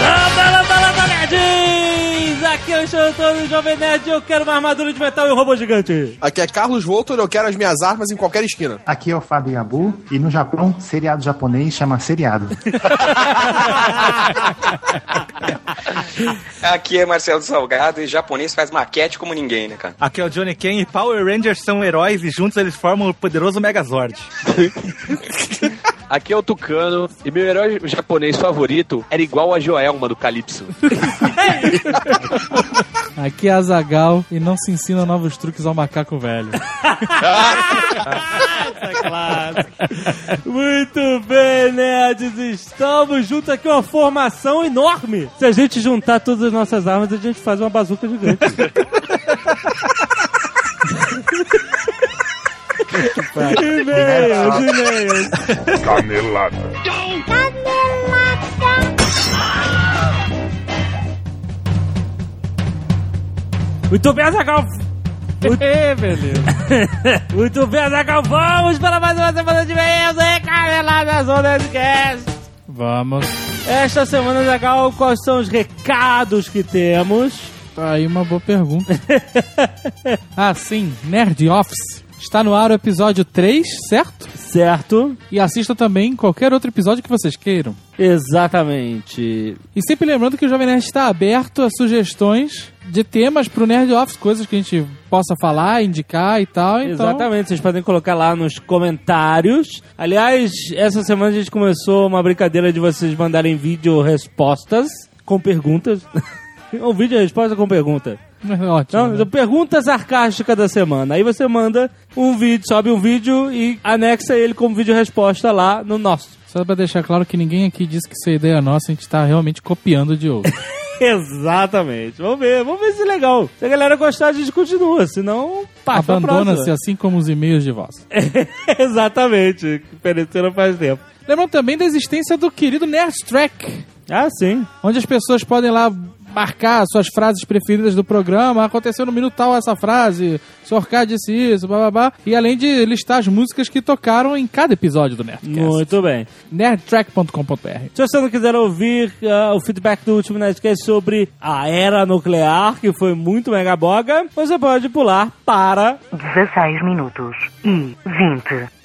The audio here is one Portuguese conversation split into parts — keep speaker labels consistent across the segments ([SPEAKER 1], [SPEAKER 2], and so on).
[SPEAKER 1] Landa, landa, landa, nerds! Aqui é o Xantano, Jovem Nerd, e eu quero uma armadura de metal e um robô gigante.
[SPEAKER 2] Aqui é Carlos Voltor, eu quero as minhas armas em qualquer esquina.
[SPEAKER 3] Aqui é o Fábio Yabu e no Japão, seriado japonês chama seriado.
[SPEAKER 4] Aqui é Marcelo Salgado e japonês faz maquete como ninguém, né, cara?
[SPEAKER 5] Aqui é o Johnny Ken e Power Rangers são heróis e juntos eles formam o poderoso Megazord.
[SPEAKER 6] Aqui é o Tucano e meu herói japonês favorito era igual a Joelma do Calypso.
[SPEAKER 7] Aqui é a Zagal e não se ensina novos truques ao macaco velho.
[SPEAKER 1] Muito bem, nerds, estamos juntos aqui, uma formação enorme. Se a gente juntar todas as nossas armas, a gente faz uma bazuca gigante. E-mails, e-mails.
[SPEAKER 8] Canelada.
[SPEAKER 1] Muito bem, Azagal.
[SPEAKER 7] Ê, É, beleza.
[SPEAKER 1] Muito bem, Azagal. Vamos para mais uma semana de e-mails e caneladas no Nerdcast.
[SPEAKER 7] Vamos.
[SPEAKER 1] Esta semana, Azagal, quais são os recados que temos?
[SPEAKER 7] Tá aí uma boa pergunta. ah, sim. Nerd Office. Está no ar o episódio 3, certo?
[SPEAKER 1] Certo?
[SPEAKER 7] E assista também qualquer outro episódio que vocês queiram.
[SPEAKER 1] Exatamente.
[SPEAKER 7] E sempre lembrando que o Jovem Nerd está aberto a sugestões de temas pro Nerd Office, coisas que a gente possa falar, indicar e tal. Então,
[SPEAKER 1] Exatamente, vocês podem colocar lá nos comentários. Aliás, essa semana a gente começou uma brincadeira de vocês mandarem vídeo respostas com perguntas. um vídeo resposta com pergunta.
[SPEAKER 7] É Ótimo.
[SPEAKER 1] Não,
[SPEAKER 7] né?
[SPEAKER 1] pergunta sarcástica da semana. Aí você manda um vídeo, sobe um vídeo e anexa ele como vídeo resposta lá no nosso.
[SPEAKER 7] Só pra deixar claro que ninguém aqui disse que isso é ideia nossa, a gente tá realmente copiando de outro.
[SPEAKER 1] Exatamente. Vamos ver, vamos ver se é legal. Se a galera gostar, a gente continua. Senão, passa pra
[SPEAKER 7] Abandona-se
[SPEAKER 1] próxima.
[SPEAKER 7] assim como os e-mails de voz.
[SPEAKER 1] Exatamente, que pereceram faz tempo.
[SPEAKER 7] Lembrando também da existência do querido Nerd Track,
[SPEAKER 1] Ah, sim.
[SPEAKER 7] onde as pessoas podem lá marcar suas frases preferidas do programa. Aconteceu no minuto tal essa frase, Sorcar disse isso, bababá. E além de listar as músicas que tocaram em cada episódio do Nerdcast.
[SPEAKER 1] Muito bem.
[SPEAKER 7] Nerdtrack.com.br
[SPEAKER 1] Se você não quiser ouvir ah, o feedback do último Nerdcast sobre a era nuclear, que foi muito megaboga, você pode pular para
[SPEAKER 9] 16 minutos e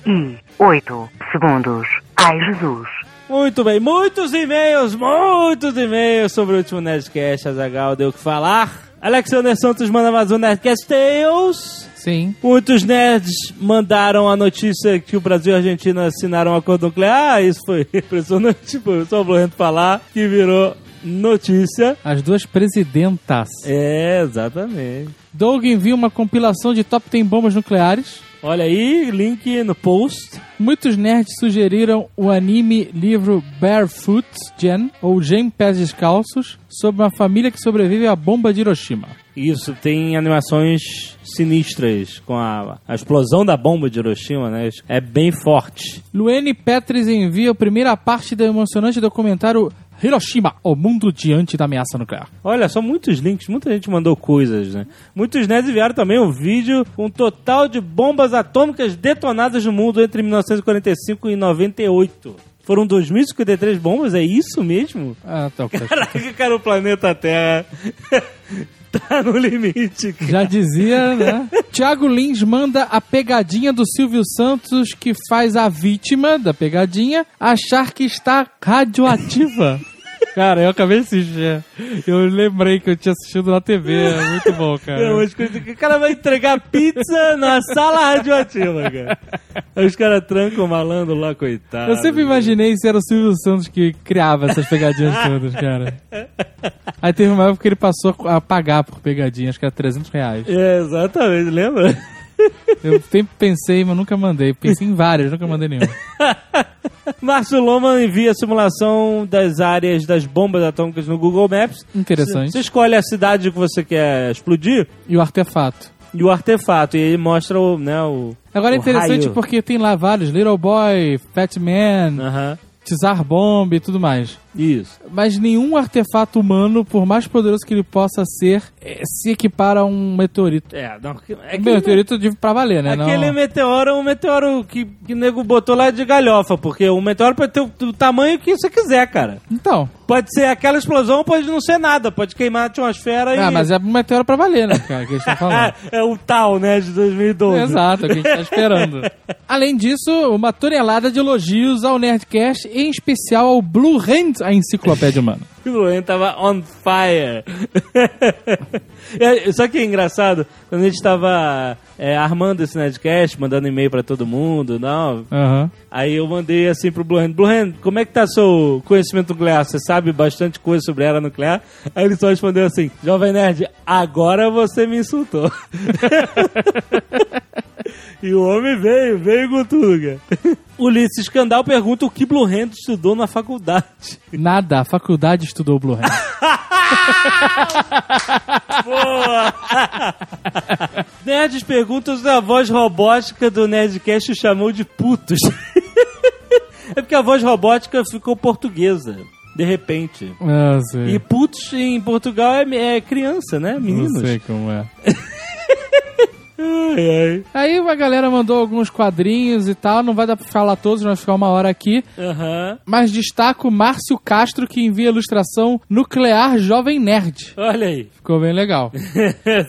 [SPEAKER 9] 20 e 8 segundos. Ai, Jesus.
[SPEAKER 1] Muito bem, muitos e-mails, muitos e-mails sobre o último Nerdcast, Azagal deu o que falar. Alexander Santos manda mais um Nerdcast Tales.
[SPEAKER 7] Sim.
[SPEAKER 1] Muitos nerds mandaram a notícia que o Brasil e a Argentina assinaram um acordo nuclear. Isso foi impressionante, foi só o Blorento falar que virou notícia.
[SPEAKER 7] As duas presidentas.
[SPEAKER 1] É, exatamente.
[SPEAKER 7] Doug envia uma compilação de top 10 bombas nucleares.
[SPEAKER 1] Olha aí, link no post.
[SPEAKER 7] Muitos nerds sugeriram o anime livro Barefoot Gen, ou Gen Pés Descalços, sobre uma família que sobrevive à bomba de Hiroshima.
[SPEAKER 1] Isso, tem animações sinistras com a, a explosão da bomba de Hiroshima, né? É bem forte.
[SPEAKER 7] Luene Petres envia a primeira parte do emocionante documentário Hiroshima, o mundo diante da ameaça nuclear.
[SPEAKER 1] Olha, só muitos links, muita gente mandou coisas, né? Muitos nerds enviaram também um vídeo com um total de bombas atômicas detonadas no mundo entre 1945 e 98. Foram 2.053 bombas, é isso mesmo?
[SPEAKER 7] Ah, tá, ok.
[SPEAKER 1] Caraca, cara, o planeta Terra tá no limite, cara.
[SPEAKER 7] Já dizia, né? Tiago Lins manda a pegadinha do Silvio Santos que faz a vítima da pegadinha achar que está radioativa. Cara, eu acabei de assistir. Eu lembrei que eu tinha assistido na TV. É muito bom,
[SPEAKER 1] Não,
[SPEAKER 7] cara.
[SPEAKER 1] mas coisa que o cara vai entregar pizza na sala radioativa, cara. Aí os caras trancam o malandro lá, coitado.
[SPEAKER 7] Eu sempre imaginei se era o Silvio Santos que criava essas pegadinhas todas, cara. Aí teve uma época que ele passou a pagar por pegadinha, acho que era 300 reais.
[SPEAKER 1] É, exatamente, lembra?
[SPEAKER 7] Eu sempre pensei, mas nunca mandei. Pensei em várias, nunca mandei nenhuma.
[SPEAKER 1] Márcio Loma envia a simulação das áreas das bombas atômicas no Google Maps. Você
[SPEAKER 7] Interessante.
[SPEAKER 1] escolhe a cidade que você quer explodir
[SPEAKER 7] E o artefato.
[SPEAKER 1] e o artefato. E ele mostra o, né, o...
[SPEAKER 7] Agora é
[SPEAKER 1] o
[SPEAKER 7] interessante
[SPEAKER 1] raio. Ah.
[SPEAKER 7] porque tem lá vários Little Boy, Fat Man,
[SPEAKER 1] Aham.
[SPEAKER 7] Tsar Bomb e tudo mais.
[SPEAKER 1] Isso.
[SPEAKER 7] Mas nenhum artefato humano, por mais poderoso que ele possa ser, eh, se equipara a um meteorito.
[SPEAKER 1] É, não, é
[SPEAKER 7] É
[SPEAKER 1] que
[SPEAKER 7] meteorito de pra valer, né? Não-
[SPEAKER 1] Aquele meteoro é um meteoro que, que o nego botou lá de galhofa, porque o meteoro pode ter o, o tamanho que você quiser, cara.
[SPEAKER 7] Então.
[SPEAKER 1] Pode ser aquela explosão, pode não ser nada, pode queimar a atmosfera e.
[SPEAKER 7] Ah, mas é um meteoro pra valer, né, cara? Que eles estão falando.
[SPEAKER 1] é o tal, né, de 2012.
[SPEAKER 7] Exato, é o que a gente tá esperando. Além disso, uma tonelada de elogios ao Nerdcast, em especial ao Blue Hand, a enciclopédia humana.
[SPEAKER 1] O Luan tava on fire. É, Só que é engraçado, quando a gente tava é, armando esse Nerdcast, mandando e-mail pra todo mundo, não,
[SPEAKER 7] Aham.
[SPEAKER 1] Aí eu mandei assim pro Blue Hand, Blue Hand, como é que tá seu conhecimento nuclear? Você sabe bastante coisa sobre a era nuclear? Aí ele só respondeu assim, Jovem Nerd, agora você me insultou. e o homem veio, veio com tudo, cara. Ulisses Candal pergunta o que Blue Hand estudou na faculdade.
[SPEAKER 7] Nada, a faculdade estudou o Blue Hand.
[SPEAKER 1] Nerds perguntam se a voz robótica do Nerdcast o chamou de putos. é porque a voz robótica ficou portuguesa, de repente.
[SPEAKER 7] Ah, sei.
[SPEAKER 1] E putos em Portugal é, é criança, né? Meninos.
[SPEAKER 7] Não sei como é.
[SPEAKER 1] Ai, ai.
[SPEAKER 7] Aí a galera mandou alguns quadrinhos e tal, não vai dar pra falar todos, nós ficar uma hora aqui.
[SPEAKER 1] Aham.
[SPEAKER 7] Mas destaco Márcio Castro, que envia a ilustração Nuclear Jovem Nerd.
[SPEAKER 1] Olha aí.
[SPEAKER 7] Ficou bem legal.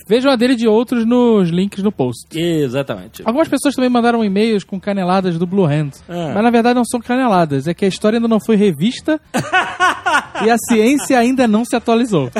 [SPEAKER 7] Vejam a dele de outros nos links no post.
[SPEAKER 1] Exatamente.
[SPEAKER 7] Algumas pessoas também mandaram e-mails com caneladas do Blue Hand.
[SPEAKER 1] Ah.
[SPEAKER 7] Mas na verdade não são caneladas, é que a história ainda não foi revista e a ciência ainda não se atualizou.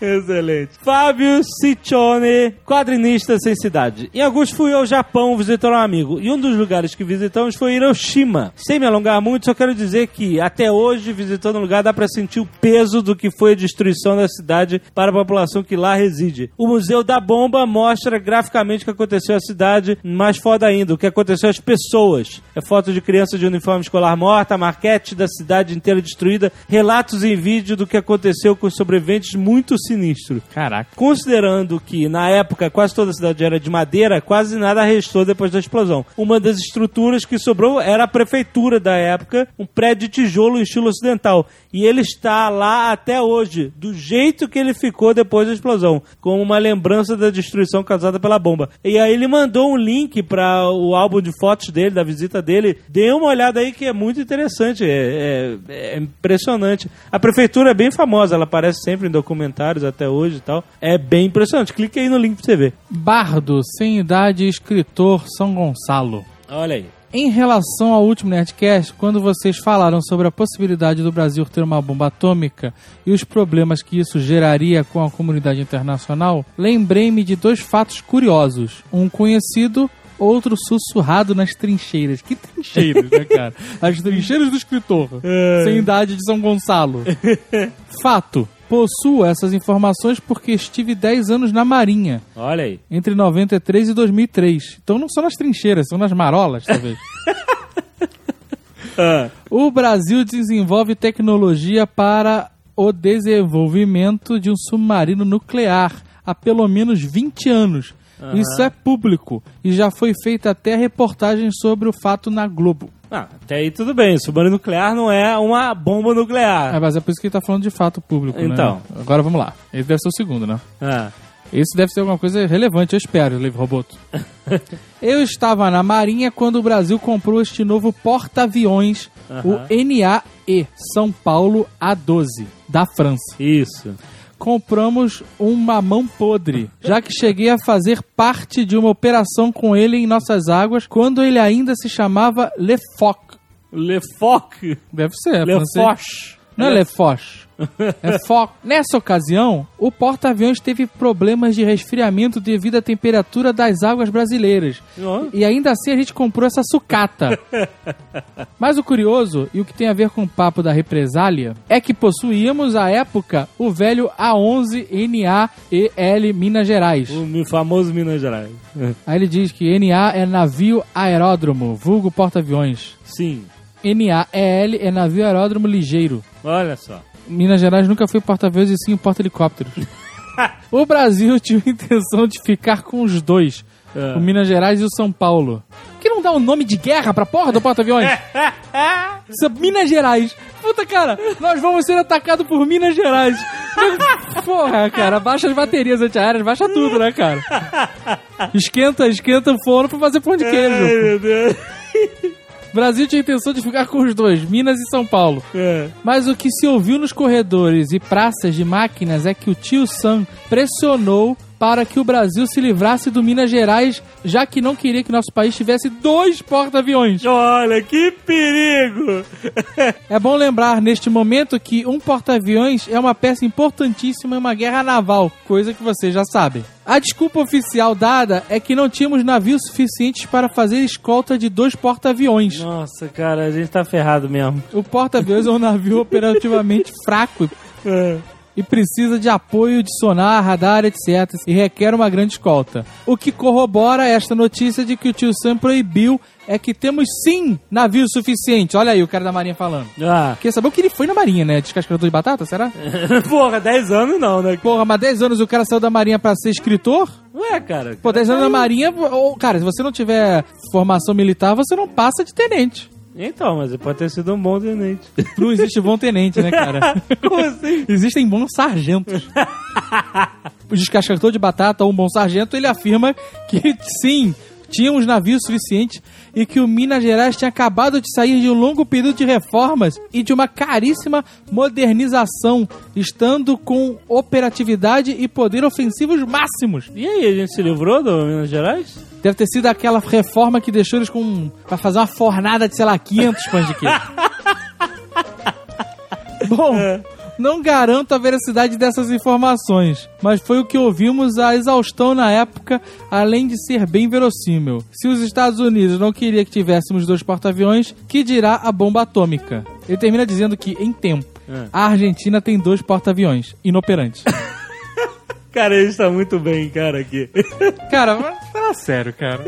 [SPEAKER 1] Excelente. Fábio Ciccione, quadrinista sem cidade. Em agosto fui ao Japão visitar um amigo. E um dos lugares que visitamos foi Hiroshima. Sem me alongar muito, só quero dizer que até hoje, visitando o lugar, dá pra sentir o peso do que foi a destruição da cidade para a população que lá reside. O Museu da Bomba mostra graficamente o que aconteceu à cidade, mais foda ainda, o que aconteceu às pessoas. É foto de crianças de uniforme escolar morta, maquete da cidade inteira destruída, relatos em vídeo do que aconteceu com os sobreviventes muito sinistro.
[SPEAKER 7] Caraca.
[SPEAKER 1] Considerando que na época quase toda a cidade era de madeira, quase nada restou depois da explosão. Uma das estruturas que sobrou era a prefeitura da época, um prédio de tijolo em estilo ocidental. E ele está lá até hoje, do jeito que ele ficou depois da explosão, como uma lembrança da destruição causada pela bomba. E aí ele mandou um link para o álbum de fotos dele, da visita dele. Dê uma olhada aí que é muito interessante, é, é- é impressionante. A prefeitura é bem famosa, ela aparece sempre em documentários até hoje e tal. É bem impressionante. Clique aí no link pra você ver.
[SPEAKER 7] Bardo, sem idade, escritor, São Gonçalo.
[SPEAKER 1] Olha aí.
[SPEAKER 7] Em relação ao último Nerdcast, quando vocês falaram sobre a possibilidade do Brasil ter uma bomba atômica e os problemas que isso geraria com a comunidade internacional, lembrei-me de dois fatos curiosos. Um conhecido, outro sussurrado nas trincheiras. Que trincheiras, né, cara? As trincheiras do escritor. Sem idade de São Gonçalo. Fato. Possuo essas informações porque estive 10 anos na Marinha
[SPEAKER 1] Olha aí.
[SPEAKER 7] entre 93 e 2003. Então não são nas trincheiras, são nas marolas, talvez. o Brasil desenvolve tecnologia para o desenvolvimento de um submarino nuclear há pelo menos 20 anos. Isso é público e já foi feita até reportagem sobre o fato na Globo.
[SPEAKER 1] Ah, até aí tudo bem. Submarino nuclear não é uma bomba
[SPEAKER 7] Ah,
[SPEAKER 1] nuclear.
[SPEAKER 7] mas é por isso que ele tá falando de fato público, né?
[SPEAKER 1] Então.
[SPEAKER 7] Agora vamos lá. Esse deve ser o segundo, né?
[SPEAKER 1] Ah.
[SPEAKER 7] Isso deve ser alguma coisa relevante, eu espero, Livre Roboto. eu estava na Marinha quando o Brasil comprou este novo porta-aviões, o NAE São Paulo A12, da França.
[SPEAKER 1] Isso.
[SPEAKER 7] Compramos um mamão podre, já que cheguei a fazer parte de uma operação com ele em nossas águas quando ele ainda se chamava Le Foc.
[SPEAKER 1] Le Foc.
[SPEAKER 7] Deve ser, é
[SPEAKER 1] Le
[SPEAKER 7] francês.
[SPEAKER 1] Foch.
[SPEAKER 7] Não é Lefoche. É foco. Nessa ocasião, o porta-aviões teve problemas de resfriamento devido à temperatura das águas brasileiras.
[SPEAKER 1] Ó.
[SPEAKER 7] E ainda assim a gente comprou essa sucata. Mas o curioso, e o que tem a ver com o papo da represália, é que possuíamos à época o velho A11NAEL Minas Gerais.
[SPEAKER 1] O mi- famoso Minas Gerais.
[SPEAKER 7] Aí ele diz que NA é navio aeródromo, vulgo porta-aviões.
[SPEAKER 1] Sim.
[SPEAKER 7] NAEL é navio aeródromo ligeiro.
[SPEAKER 1] Olha só.
[SPEAKER 7] Minas Gerais nunca foi porta-aviões e sim porta-helicópteros. o Brasil tinha a intenção de ficar com os dois,
[SPEAKER 1] É.
[SPEAKER 7] o Minas Gerais e o São Paulo. Que não não dá o nome de guerra pra porra do porta-aviões? Isso é Minas Gerais. Puta, cara, nós vamos ser atacados por Minas Gerais. Porra, cara, baixa as baterias antiaéreas, baixa tudo, né, cara? Esquenta, esquenta o forno pra fazer pão de queijo.
[SPEAKER 1] meu Deus.
[SPEAKER 7] Brasil tinha a intenção de ficar com os dois, Minas e São Paulo.
[SPEAKER 1] É.
[SPEAKER 7] Mas o que se ouviu nos corredores e praças de máquinas é que o tio Sam pressionou para que o Brasil se livrasse do Minas Gerais, já que não queria que nosso país tivesse dois porta-aviões.
[SPEAKER 1] Olha, que perigo!
[SPEAKER 7] É bom lembrar neste momento que um porta-aviões é uma peça importantíssima em uma guerra naval, coisa que vocês já sabem. A desculpa oficial dada é que não tínhamos navios suficientes para fazer escolta de dois porta-aviões.
[SPEAKER 1] Nossa, cara, a gente tá ferrado mesmo.
[SPEAKER 7] O porta-aviões é um navio operativamente fraco
[SPEAKER 1] É.
[SPEAKER 7] e precisa de apoio de sonar, radar, etc. e requer uma grande escolta. O que corrobora esta notícia de que o tio Sam proibiu é que temos sim navio suficiente. Olha aí o cara da marinha falando.
[SPEAKER 1] Ah,
[SPEAKER 7] Quer saber o que ele foi na marinha, né? Descascador de batata, será?
[SPEAKER 1] porra, 10 anos não, né?
[SPEAKER 7] Porra, mas 10 anos o cara saiu da marinha pra ser escritor?
[SPEAKER 1] Ué, cara.
[SPEAKER 7] Pô, 10 anos é na marinha, ou- cara, se você não tiver formação militar, você não passa de tenente.
[SPEAKER 1] Então, mas ele pode ter sido um bom tenente.
[SPEAKER 7] Não existe bom tenente, né, cara?
[SPEAKER 1] Como assim?
[SPEAKER 7] Existem bons sargentos. O descascador de batata, um bom sargento, ele afirma que sim, tínhamos navios suficientes e que o Minas Gerais tinha acabado de sair de um longo período de reformas e de uma caríssima modernização, estando com operatividade e poder ofensivos máximos.
[SPEAKER 1] E aí, a gente se livrou do Minas Gerais?
[SPEAKER 7] Deve ter sido aquela reforma que deixou eles com. um, pra fazer uma fornada de, sei lá, 500 pães de queijo. Bom, não garanto a veracidade dessas informações, mas foi o que ouvimos a exaustão na época, além de ser bem verossímil. Se os Estados Unidos não queria que tivéssemos dois porta-aviões, que dirá a bomba atômica? Ele termina dizendo que, em tempo, a Argentina tem dois porta-aviões inoperantes.
[SPEAKER 1] Cara, ele está muito bem, cara, aqui.
[SPEAKER 7] Cara, fala sério, cara.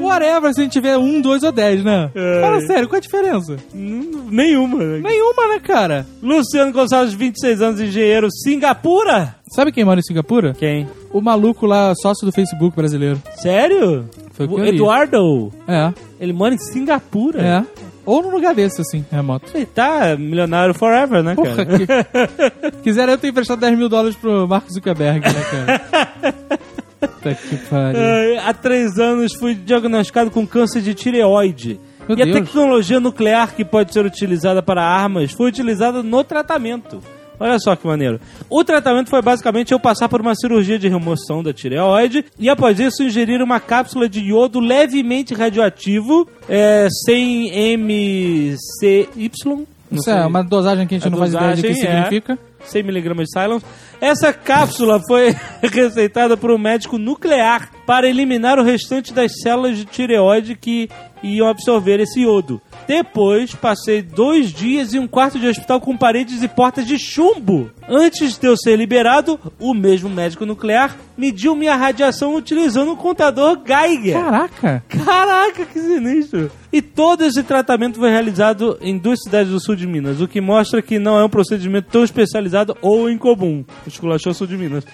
[SPEAKER 7] Whatever se a gente tiver um, dois ou dez, né?
[SPEAKER 1] Ai.
[SPEAKER 7] Fala sério, qual a diferença?
[SPEAKER 1] N- Nenhuma, né?
[SPEAKER 7] Nenhuma, né, cara?
[SPEAKER 1] Luciano Gonçalves, 26 anos, engenheiro, Singapura?
[SPEAKER 7] Sabe quem mora em Singapura?
[SPEAKER 1] Quem?
[SPEAKER 7] O maluco lá, sócio do Facebook brasileiro.
[SPEAKER 1] Sério?
[SPEAKER 7] Foi o que
[SPEAKER 1] O
[SPEAKER 7] eu li.
[SPEAKER 1] Eduardo,
[SPEAKER 7] É,
[SPEAKER 1] ele mora em Singapura.
[SPEAKER 7] é. Ou num lugar desse, assim, remoto.
[SPEAKER 1] Ele tá milionário forever, né,
[SPEAKER 7] Porra,
[SPEAKER 1] cara?
[SPEAKER 7] que... Quiser eu ter emprestado 10 mil dólares pro Mark Zuckerberg, né, cara? Puta que pariu.
[SPEAKER 1] É, Há três anos fui diagnosticado com câncer de tireoide.
[SPEAKER 7] Meu
[SPEAKER 1] e a
[SPEAKER 7] Deus.
[SPEAKER 1] tecnologia nuclear que pode ser utilizada para armas foi utilizada no tratamento. Olha só que maneiro. O tratamento foi basicamente eu passar por uma cirurgia de remoção da tireoide e após isso ingerir uma cápsula de iodo levemente radioativo, é, 100 MCY. não
[SPEAKER 7] Isso
[SPEAKER 1] sei.
[SPEAKER 7] é uma dosagem que a gente
[SPEAKER 1] A
[SPEAKER 7] não faz ideia de que
[SPEAKER 1] dosagem é-
[SPEAKER 7] significa.
[SPEAKER 1] 100 miligramas de Silence. Essa cápsula foi receitada por um médico nuclear para eliminar o restante das células de tireoide que iam absorver esse iodo. Depois, passei dois dias em um quarto de hospital com paredes e portas de chumbo. Antes de eu ser liberado, o mesmo médico nuclear mediu minha radiação utilizando um contador Geiger.
[SPEAKER 7] Caraca!
[SPEAKER 1] Caraca, que sinistro! E todo esse tratamento foi realizado em duas cidades do sul de Minas, o que mostra que não é um procedimento tão especializado ou incomum. Esculachou o sul de Minas.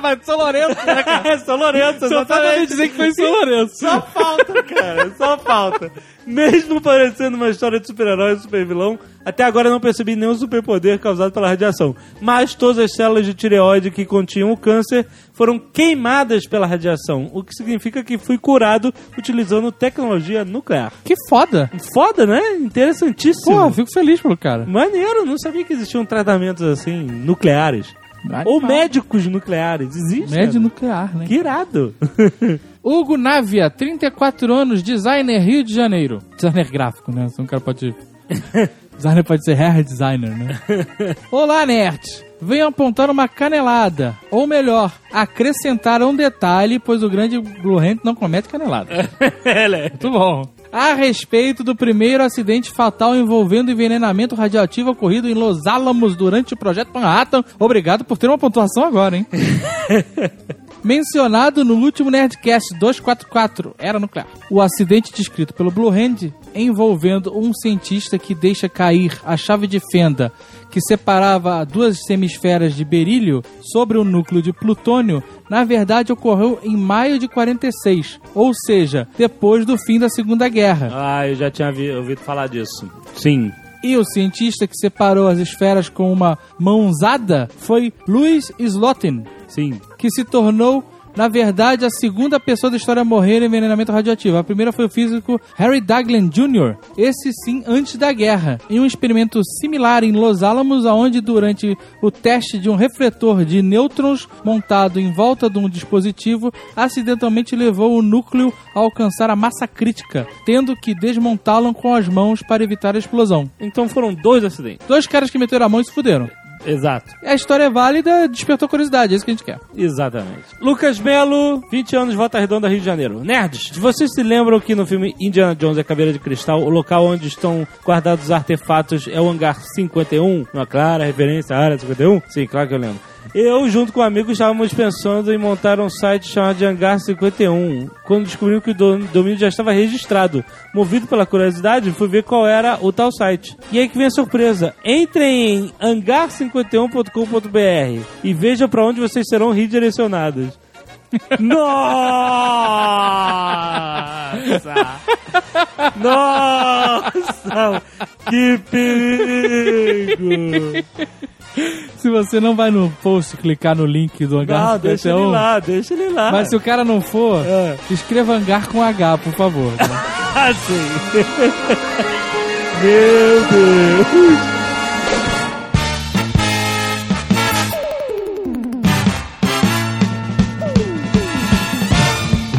[SPEAKER 7] Mas São Lourenço, né,
[SPEAKER 1] é São Lourenço,
[SPEAKER 7] Só falta
[SPEAKER 1] exatamente.
[SPEAKER 7] dizer que foi em São Lourenço.
[SPEAKER 1] Só falta, cara, só falta. Mesmo parecendo uma história de super-herói e super-vilão, até agora não percebi nenhum superpoder causado pela radiação. Mas todas as células de tireoide que continham o câncer foram queimadas pela radiação, o que significa que fui curado utilizando tecnologia nuclear.
[SPEAKER 7] Que foda!
[SPEAKER 1] Foda, né? Interessantíssimo.
[SPEAKER 7] Pô, fico feliz pelo cara.
[SPEAKER 1] Maneiro, não sabia que existiam tratamentos assim, nucleares.
[SPEAKER 7] Vai
[SPEAKER 1] Ou
[SPEAKER 7] lá.
[SPEAKER 1] médicos nucleares, existe?
[SPEAKER 7] Médio
[SPEAKER 1] cara?
[SPEAKER 7] nuclear, né?
[SPEAKER 1] Que irado.
[SPEAKER 7] Hugo Navia, 34 anos, designer Rio de Janeiro. Designer gráfico, né? Um cara pode. designer pode ser hair designer, né? Olá, nerd! Venho apontar uma canelada. Ou melhor, acrescentar um detalhe, pois o grande Gluhent não comete canelada. Muito bom. A respeito do primeiro acidente fatal envolvendo envenenamento radioativo ocorrido em Los Alamos durante o projeto Manhattan. Obrigado por ter uma pontuação agora, hein? mencionado no último Nerdcast 244, Era Nuclear. O acidente descrito pelo Blue Hand envolvendo um cientista que deixa cair a chave de fenda que separava duas semisferas de berílio sobre o núcleo de plutônio, na verdade ocorreu em maio de 46, ou seja, depois do fim da Segunda Guerra.
[SPEAKER 1] Ah, eu já tinha vi- ouvido falar disso. Sim.
[SPEAKER 7] E o cientista que separou as esferas com uma mãozada foi Louis Slotin,
[SPEAKER 1] Sim.
[SPEAKER 7] que se tornou, na verdade, a segunda pessoa da história a morrer em envenenamento radioativo. A primeira foi o físico Harry Dagland Jr., esse sim antes da guerra, em um experimento similar em Los Alamos, onde durante o teste de um refletor de nêutrons montado em volta de um dispositivo, acidentalmente levou o núcleo a alcançar a massa crítica, tendo que desmontá-lo com as mãos para evitar a explosão.
[SPEAKER 1] Então foram dois acidentes.
[SPEAKER 7] Dois caras que meteram a mão e se fuderam.
[SPEAKER 1] Exato.
[SPEAKER 7] A história é válida, despertou curiosidade, é isso que a gente quer.
[SPEAKER 1] Exatamente. Lucas Melo, 20 anos, Volta Redonda, Rio de Janeiro. Nerds, vocês se lembram que no filme Indiana Jones e a Caveira de Cristal, o local onde estão guardados os artefatos é o hangar 51? Uma clara referência à área 51? Sim, claro que eu lembro. Eu, junto com um amigo, estávamos pensando em montar um site chamado de Hangar 51, quando descobrimos que o do- domínio já estava registrado. Movido pela curiosidade, fui ver qual era o tal site. E aí que vem a surpresa. Entrem em hangar51.com.br e vejam para onde vocês serão redirecionados. Nossa! Nossa! Que perigo!
[SPEAKER 7] Se você não vai no post clicar no link do Hangar
[SPEAKER 1] Não, Ah, é um- deixa ele
[SPEAKER 7] 51,
[SPEAKER 1] lá, deixa ele lá.
[SPEAKER 7] mas se o cara não for,
[SPEAKER 1] É.
[SPEAKER 7] escreva Hangar com H, por favor. né?
[SPEAKER 1] Ah, sim. Meu Deus.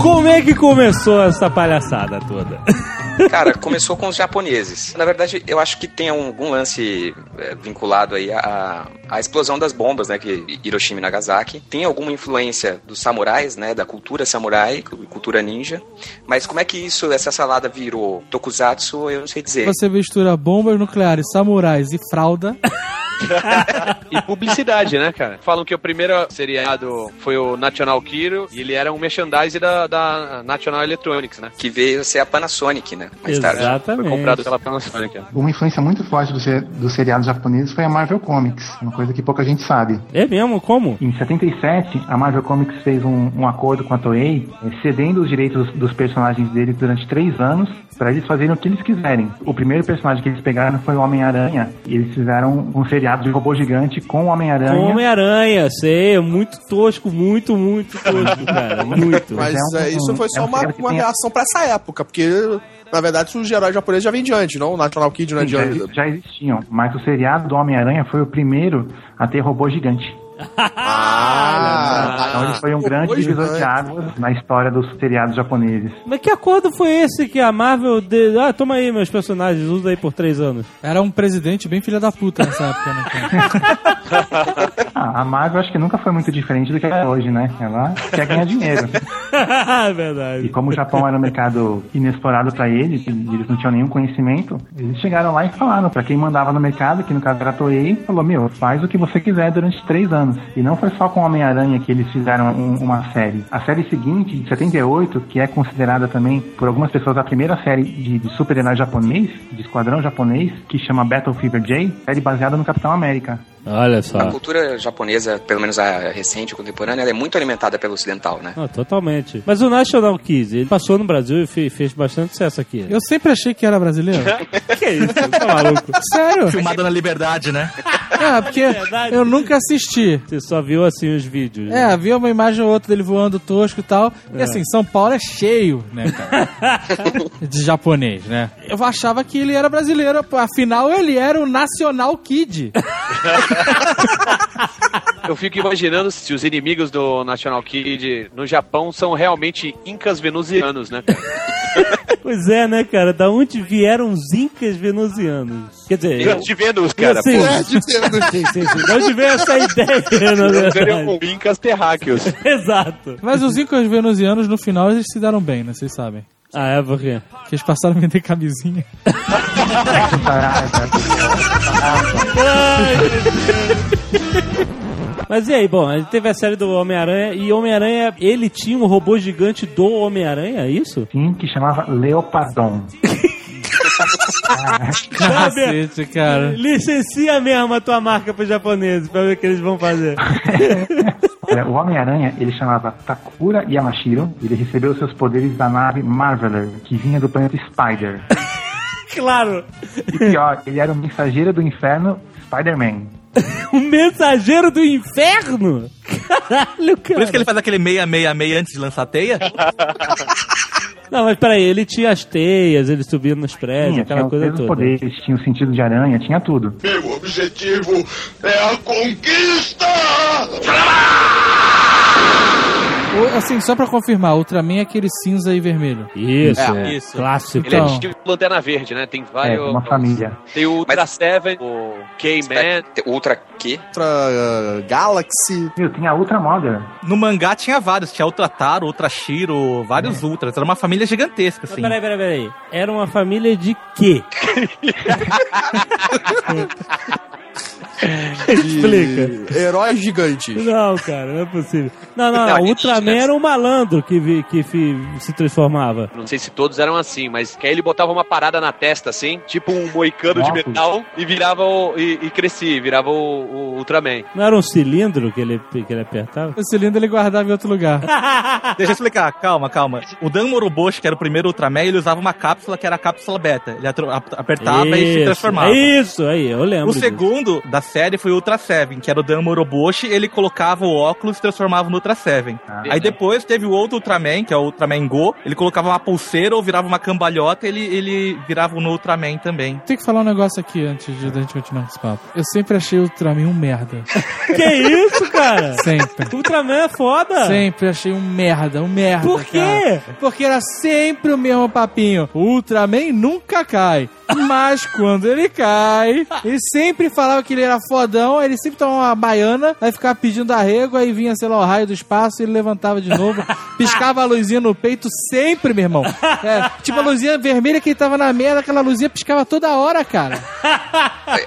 [SPEAKER 1] Como é que começou essa palhaçada toda?
[SPEAKER 6] né?
[SPEAKER 4] Cara, começou com os japoneses. Na verdade, eu acho que tem algum lance é, vinculado aí à, à explosão das bombas, né, que Hiroshima e Nagasaki. Tem alguma influência dos samurais, né, da cultura samurai, cultura ninja. Mas como é que isso, essa salada virou tokusatsu, eu não sei dizer.
[SPEAKER 7] Você mistura bombas nucleares, samurais e fralda.
[SPEAKER 6] E publicidade, né, cara? Falam que o primeiro seriado foi o National Kiro e ele era um merchandise da, da National Electronics, né?
[SPEAKER 4] Que veio a ser a Panasonic, né, mais tarde.
[SPEAKER 6] Foi comprado pela Panasonic. né?
[SPEAKER 3] Uma influência muito forte do, se- do seriado japonês foi a Marvel Comics, uma coisa que pouca gente sabe.
[SPEAKER 1] É mesmo? Como?
[SPEAKER 3] Em 77, a Marvel Comics fez um, um acordo com a Toei, eh, cedendo os direitos dos, dos personagens deles durante três anos, para eles fazerem o que eles quiserem. O primeiro personagem que eles pegaram foi o Homem-Aranha, e eles fizeram um seriado de robô gigante com o Homem-Aranha.
[SPEAKER 1] Homem-Aranha, sei, é muito tosco, muito, muito tosco, cara. Muito.
[SPEAKER 2] Mas
[SPEAKER 3] Mas é um-
[SPEAKER 2] é, isso foi
[SPEAKER 3] é
[SPEAKER 2] só
[SPEAKER 3] um
[SPEAKER 2] uma,
[SPEAKER 3] seriado que
[SPEAKER 2] uma
[SPEAKER 3] tem-
[SPEAKER 2] reação pra essa época, porque, na verdade, os heróis japoneses já vêm de antes, não? O National Kid não é
[SPEAKER 3] Sim,
[SPEAKER 2] de
[SPEAKER 3] já,
[SPEAKER 2] antes.
[SPEAKER 3] já existiam, mas o seriado do Homem-Aranha foi o primeiro a ter robô gigante. Então ele foi um grande
[SPEAKER 2] Hoje,
[SPEAKER 3] divisor de
[SPEAKER 2] Ah, né?
[SPEAKER 3] águas na história dos seriados japoneses.
[SPEAKER 1] Mas que acordo foi esse que a Marvel... De... Ah, toma aí meus personagens, usa aí por três anos.
[SPEAKER 7] Era um presidente bem filha da puta nessa época, né? cara?
[SPEAKER 3] Ah, a Marvel acho que nunca foi muito diferente do que é hoje, né? Ela quer ganhar dinheiro.
[SPEAKER 1] é
[SPEAKER 3] E
[SPEAKER 1] verdade.
[SPEAKER 3] como o Japão era um mercado inexplorado para eles, e eles não tinham nenhum conhecimento, eles chegaram lá e falaram para quem mandava no mercado, que no caso era a Toei, falou: Meu, faz o que você quiser durante três anos. E não foi só com Homem-Aranha que eles fizeram um- uma série. A série seguinte, de 78, que é considerada também por algumas pessoas a primeira série de, de super-herói japonês, de esquadrão japonês, que chama Battle Fever J, série baseada no Capitão América.
[SPEAKER 1] Olha
[SPEAKER 4] A
[SPEAKER 1] só.
[SPEAKER 4] cultura japonesa, pelo menos a recente, a contemporânea, ela é muito alimentada pelo ocidental, né?
[SPEAKER 1] Ah, totalmente. Mas o National Kids, ele passou no Brasil e fe- fez bastante sucesso aqui.
[SPEAKER 7] Eu sempre achei que era brasileiro.
[SPEAKER 1] que isso? Tá maluco?
[SPEAKER 7] Sério?
[SPEAKER 5] Filmado na liberdade, né?
[SPEAKER 7] É, porque
[SPEAKER 1] verdade.
[SPEAKER 7] eu nunca assisti.
[SPEAKER 1] Você só viu assim os vídeos. né?
[SPEAKER 7] É, havia uma imagem ou outra dele voando tosco e tal. E assim, São Paulo é cheio, né, cara? De japonês, né? Eu achava que ele era brasileiro, pô, afinal ele era o National Kid.
[SPEAKER 6] Eu fico imaginando se os inimigos do National Kid no Japão são realmente incas venusianos, né? cara?
[SPEAKER 1] Pois é, né, cara? Da onde vieram os incas venusianos? Quer dizer, eu,
[SPEAKER 6] Incas de Vênus, cara.
[SPEAKER 1] assim,
[SPEAKER 6] pô.
[SPEAKER 2] É, de antes.
[SPEAKER 1] sim, sim. Da onde veio essa ideia, na
[SPEAKER 6] Eles seriam
[SPEAKER 1] verdade?
[SPEAKER 6] com incas terráqueos.
[SPEAKER 3] Então.
[SPEAKER 1] Exato.
[SPEAKER 7] Mas os incas venusianos, no final, eles se deram bem, né? Vocês sabem.
[SPEAKER 1] Ah, é porque.
[SPEAKER 7] Que eles passaram a vender camisinha.
[SPEAKER 3] Saraiva,
[SPEAKER 1] Mas e aí, bom, a gente teve a série do Homem-Aranha e Homem-Aranha, ele tinha um robô gigante do Homem-Aranha, é isso?
[SPEAKER 3] Sim, que chamava Leopardon.
[SPEAKER 7] Cacete, Ah, cara.
[SPEAKER 1] Licencia mesmo a tua marca pros japoneses pra ver o que eles vão fazer.
[SPEAKER 3] Olha, o Homem-Aranha, ele chamava Takura Yamashiro. Ele recebeu seus poderes da nave Marveler, que vinha do planeta Spider.
[SPEAKER 1] claro,
[SPEAKER 3] E pior, ele era o mensageiro do inferno Spider-Man.
[SPEAKER 1] o mensageiro do inferno? Caralho, cara.
[SPEAKER 5] Por isso que ele faz aquele meia, meia, meia antes de lançar a teia?
[SPEAKER 1] Não, mas peraí, ele tinha as teias, ele subia nos prédios,
[SPEAKER 3] Tinha, tinha
[SPEAKER 1] É, aquela
[SPEAKER 3] os
[SPEAKER 1] coisa
[SPEAKER 3] mesmos
[SPEAKER 1] toda.
[SPEAKER 3] poderes, tinha o sentido de aranha, tinha tudo.
[SPEAKER 8] Meu objetivo é a conquista!
[SPEAKER 7] O- assim, só pra confirmar, Ultraman é aquele cinza e vermelho.
[SPEAKER 1] Isso,
[SPEAKER 6] É,
[SPEAKER 1] é.
[SPEAKER 6] isso.
[SPEAKER 1] clássico.
[SPEAKER 6] Ele é
[SPEAKER 7] Então.
[SPEAKER 6] tipo Lanterna Verde, né? Tem
[SPEAKER 3] É,
[SPEAKER 6] vários.
[SPEAKER 3] uma família.
[SPEAKER 6] Tem o Ultra
[SPEAKER 4] Mas-
[SPEAKER 6] Seven, o K-Man.
[SPEAKER 4] Ultra Q.
[SPEAKER 2] Outra ah, Galaxy.
[SPEAKER 3] Meu, tinha a Ultra Mother.
[SPEAKER 5] No mangá tinha vários. Tinha Ultra Taro, Ultra Shiro, vários
[SPEAKER 7] É.
[SPEAKER 5] Ultras. Era uma família gigantesca,
[SPEAKER 1] Mas
[SPEAKER 5] assim.
[SPEAKER 1] peraí, peraí, peraí. Era uma família de quê? Explica.
[SPEAKER 2] De heróis gigantes.
[SPEAKER 1] Não, cara, não é possível. Não, não,
[SPEAKER 4] Não,
[SPEAKER 1] não.
[SPEAKER 4] a
[SPEAKER 1] O
[SPEAKER 4] gente-
[SPEAKER 1] Ultraman era um malandro que, vi- que fi- se transformava.
[SPEAKER 6] Não sei se todos eram assim, mas que aí ele botava uma parada na testa, assim, tipo um moicano de
[SPEAKER 3] Óculos.
[SPEAKER 6] metal, e virava o, e, e crescia, e virava o, o Ultraman.
[SPEAKER 1] Não era um cilindro que ele, que ele apertava?
[SPEAKER 7] O cilindro ele guardava em outro lugar.
[SPEAKER 5] Deixa eu explicar, calma, calma. O Dan Moroboshi, que era o primeiro Ultraman, ele usava uma cápsula que era a cápsula beta. Ele atro- ap- apertava e se transformava.
[SPEAKER 1] é Isso, aí, eu
[SPEAKER 5] O
[SPEAKER 1] lembro. disso.
[SPEAKER 5] segundo da série foi o Ultra Seven, que era o Dan Moroboshi, ele colocava o óculos e transformava no Ultra Seven.
[SPEAKER 3] Ah.
[SPEAKER 5] Aí depois teve o outro Ultraman, que é o Ultraman Go, ele colocava uma pulseira ou virava uma cambalhota, ele ele virava no Ultraman também.
[SPEAKER 7] Tem que falar um negócio aqui antes de da gente continuar esse papo. Eu sempre achei o Ultraman um merda.
[SPEAKER 1] Que isso,
[SPEAKER 5] É.
[SPEAKER 1] cara?
[SPEAKER 7] Sempre.
[SPEAKER 1] Ultraman é foda.
[SPEAKER 7] Sempre achei um merda, um merda.
[SPEAKER 1] Por quê?
[SPEAKER 7] cara. Porque era sempre o mesmo papinho. O Ultraman nunca cai. Mas quando ele cai, ele sempre falava que ele era fodão, aí ele sempre tomava uma baiana, aí ficava pedindo arrego, aí vinha, sei lá, o raio do espaço, ele levantava de novo, piscava a luzinha no peito sempre, meu irmão. É, tipo a luzinha vermelha que ele tava na merda, aquela luzinha piscava toda hora, cara.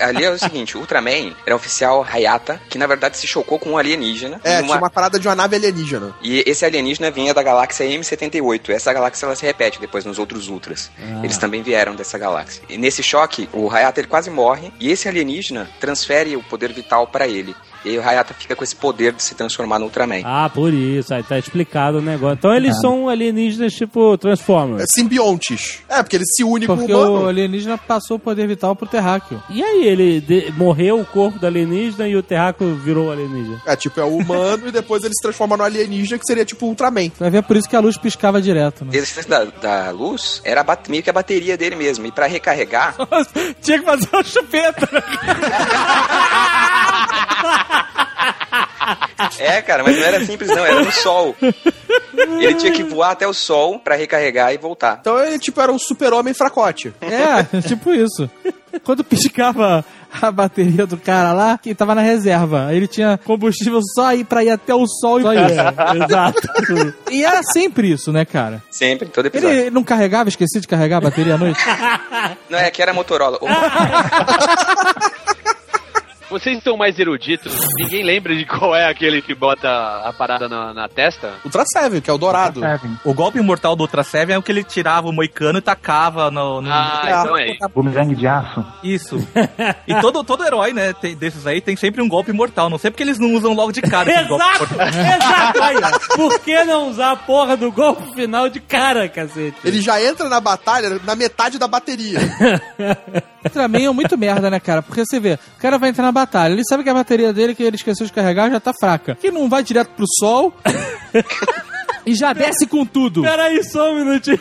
[SPEAKER 4] Ali é o seguinte, o Ultraman era um oficial Hayata, que na verdade se chocou com um alienígena.
[SPEAKER 2] É,
[SPEAKER 4] numa-
[SPEAKER 2] tinha uma parada de uma nave alienígena.
[SPEAKER 4] E esse alienígena vinha da galáxia M78. Essa galáxia ela se repete depois nos outros Ultras. Eles também vieram dessa galáxia. E nesse choque, o Hayata ele quase morre e esse alienígena transfere o poder vital pra ele. E aí o Hayata fica com esse poder de se transformar no Ultraman.
[SPEAKER 1] Ah, por isso. Aí tá explicado o negócio. Então eles
[SPEAKER 5] Ah.
[SPEAKER 1] são alienígenas tipo
[SPEAKER 2] É,
[SPEAKER 1] Transformers.
[SPEAKER 2] simbiontes. É, porque ele se une com o
[SPEAKER 7] Porque
[SPEAKER 2] humano.
[SPEAKER 7] o alienígena passou o poder vital pro terráqueo.
[SPEAKER 1] E aí, ele de- morreu o corpo do alienígena e o terráqueo virou alienígena.
[SPEAKER 2] É, tipo, é o humano e depois ele se transforma no alienígena, que seria tipo o Ultraman.
[SPEAKER 7] Vai ver é por isso que a luz piscava direto, né?
[SPEAKER 4] E a resistência da, da luz era a bat- meio que a bateria dele mesmo. E pra recarregar,
[SPEAKER 1] Tinha que fazer uma chupeta.
[SPEAKER 4] É, cara, mas não era simples, não, era no sol. Ele tinha que voar até o sol pra recarregar e voltar.
[SPEAKER 2] Então ele, tipo, era um super-homem fracote.
[SPEAKER 7] É, tipo isso. Quando piscava a bateria do cara lá, que tava na reserva. Aí ele tinha combustível só aí pra ir até o sol e
[SPEAKER 1] Exato.
[SPEAKER 7] E era sempre isso, né, cara?
[SPEAKER 4] Sempre, em todo
[SPEAKER 7] Ele,
[SPEAKER 4] episódio.
[SPEAKER 7] ele não carregava, esquecia de carregar a bateria à noite?
[SPEAKER 4] Não, é que era Motorola.
[SPEAKER 6] Vocês estão mais eruditos, ninguém lembra de qual é aquele que bota a parada na, na testa?
[SPEAKER 2] Ultra Seven, que é o dourado.
[SPEAKER 3] Seven.
[SPEAKER 5] O golpe mortal do Ultra Seven é o que ele tirava o moicano e tacava no, no-
[SPEAKER 6] Ah, então é. isso.
[SPEAKER 3] Bumerangue de aço.
[SPEAKER 5] isso. e todo todo herói, né, tem- desses aí tem sempre um golpe mortal. Não sei porque eles não usam logo de cara esse golpe
[SPEAKER 1] Exato. Exato. Aí, ó. por que não usar a porra do golpe final de cara, cacete?
[SPEAKER 2] Ele já entra na batalha na metade da bateria.
[SPEAKER 7] Ultraman é muito merda, né, cara? Porque você vê, o cara vai entrar na batalha, ele sabe que a bateria dele que ele esqueceu de carregar já tá fraca. Que não vai direto pro sol. E já desce com tudo.
[SPEAKER 1] Peraí, só um minutinho.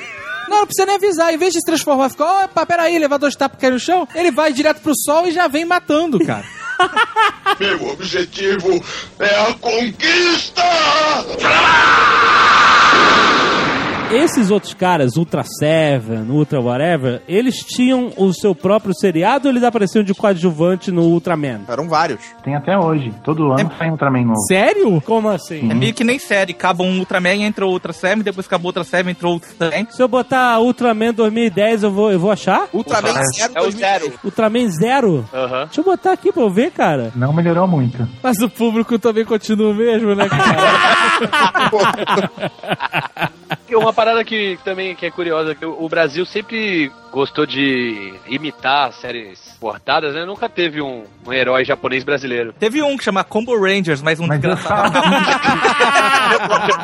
[SPEAKER 7] Não, não precisa nem avisar. Em vez de se transformar, ficar, opa, peraí, levar dois tapas cair no chão, ele vai direto pro sol e já vem matando, cara.
[SPEAKER 8] Meu objetivo é a conquista!
[SPEAKER 1] Esses outros caras, Ultra Seven, Ultra Whatever, eles tinham o seu próprio seriado ou eles apareciam de coadjuvante no Ultraman?
[SPEAKER 2] Eram vários.
[SPEAKER 3] Tem até hoje. Todo ano sai um Ultraman novo.
[SPEAKER 7] Sério?
[SPEAKER 1] Como assim?
[SPEAKER 5] É meio que nem série. Acaba um Ultraman, entra outra Seven, depois acabou outra Seven, entrou outra Seven.
[SPEAKER 1] Se eu botar Ultraman 2010, eu vou, eu vou achar?
[SPEAKER 2] Ultraman
[SPEAKER 6] Ultraman.
[SPEAKER 2] Zero
[SPEAKER 6] É o
[SPEAKER 2] 2010.
[SPEAKER 6] zero.
[SPEAKER 1] Ultraman Zero?
[SPEAKER 6] Aham.
[SPEAKER 1] Deixa eu botar aqui pra eu ver, cara.
[SPEAKER 3] Não melhorou muito.
[SPEAKER 7] Mas o público também continua o mesmo, né, cara?
[SPEAKER 6] E Uma parada que também que é curiosa, que o o Brasil sempre gostou de imitar séries portadas, né? Nunca teve um, um herói japonês brasileiro.
[SPEAKER 5] Teve um que chama Combo Rangers, mas um
[SPEAKER 3] Mas eu
[SPEAKER 5] desgraçado.
[SPEAKER 3] sabia.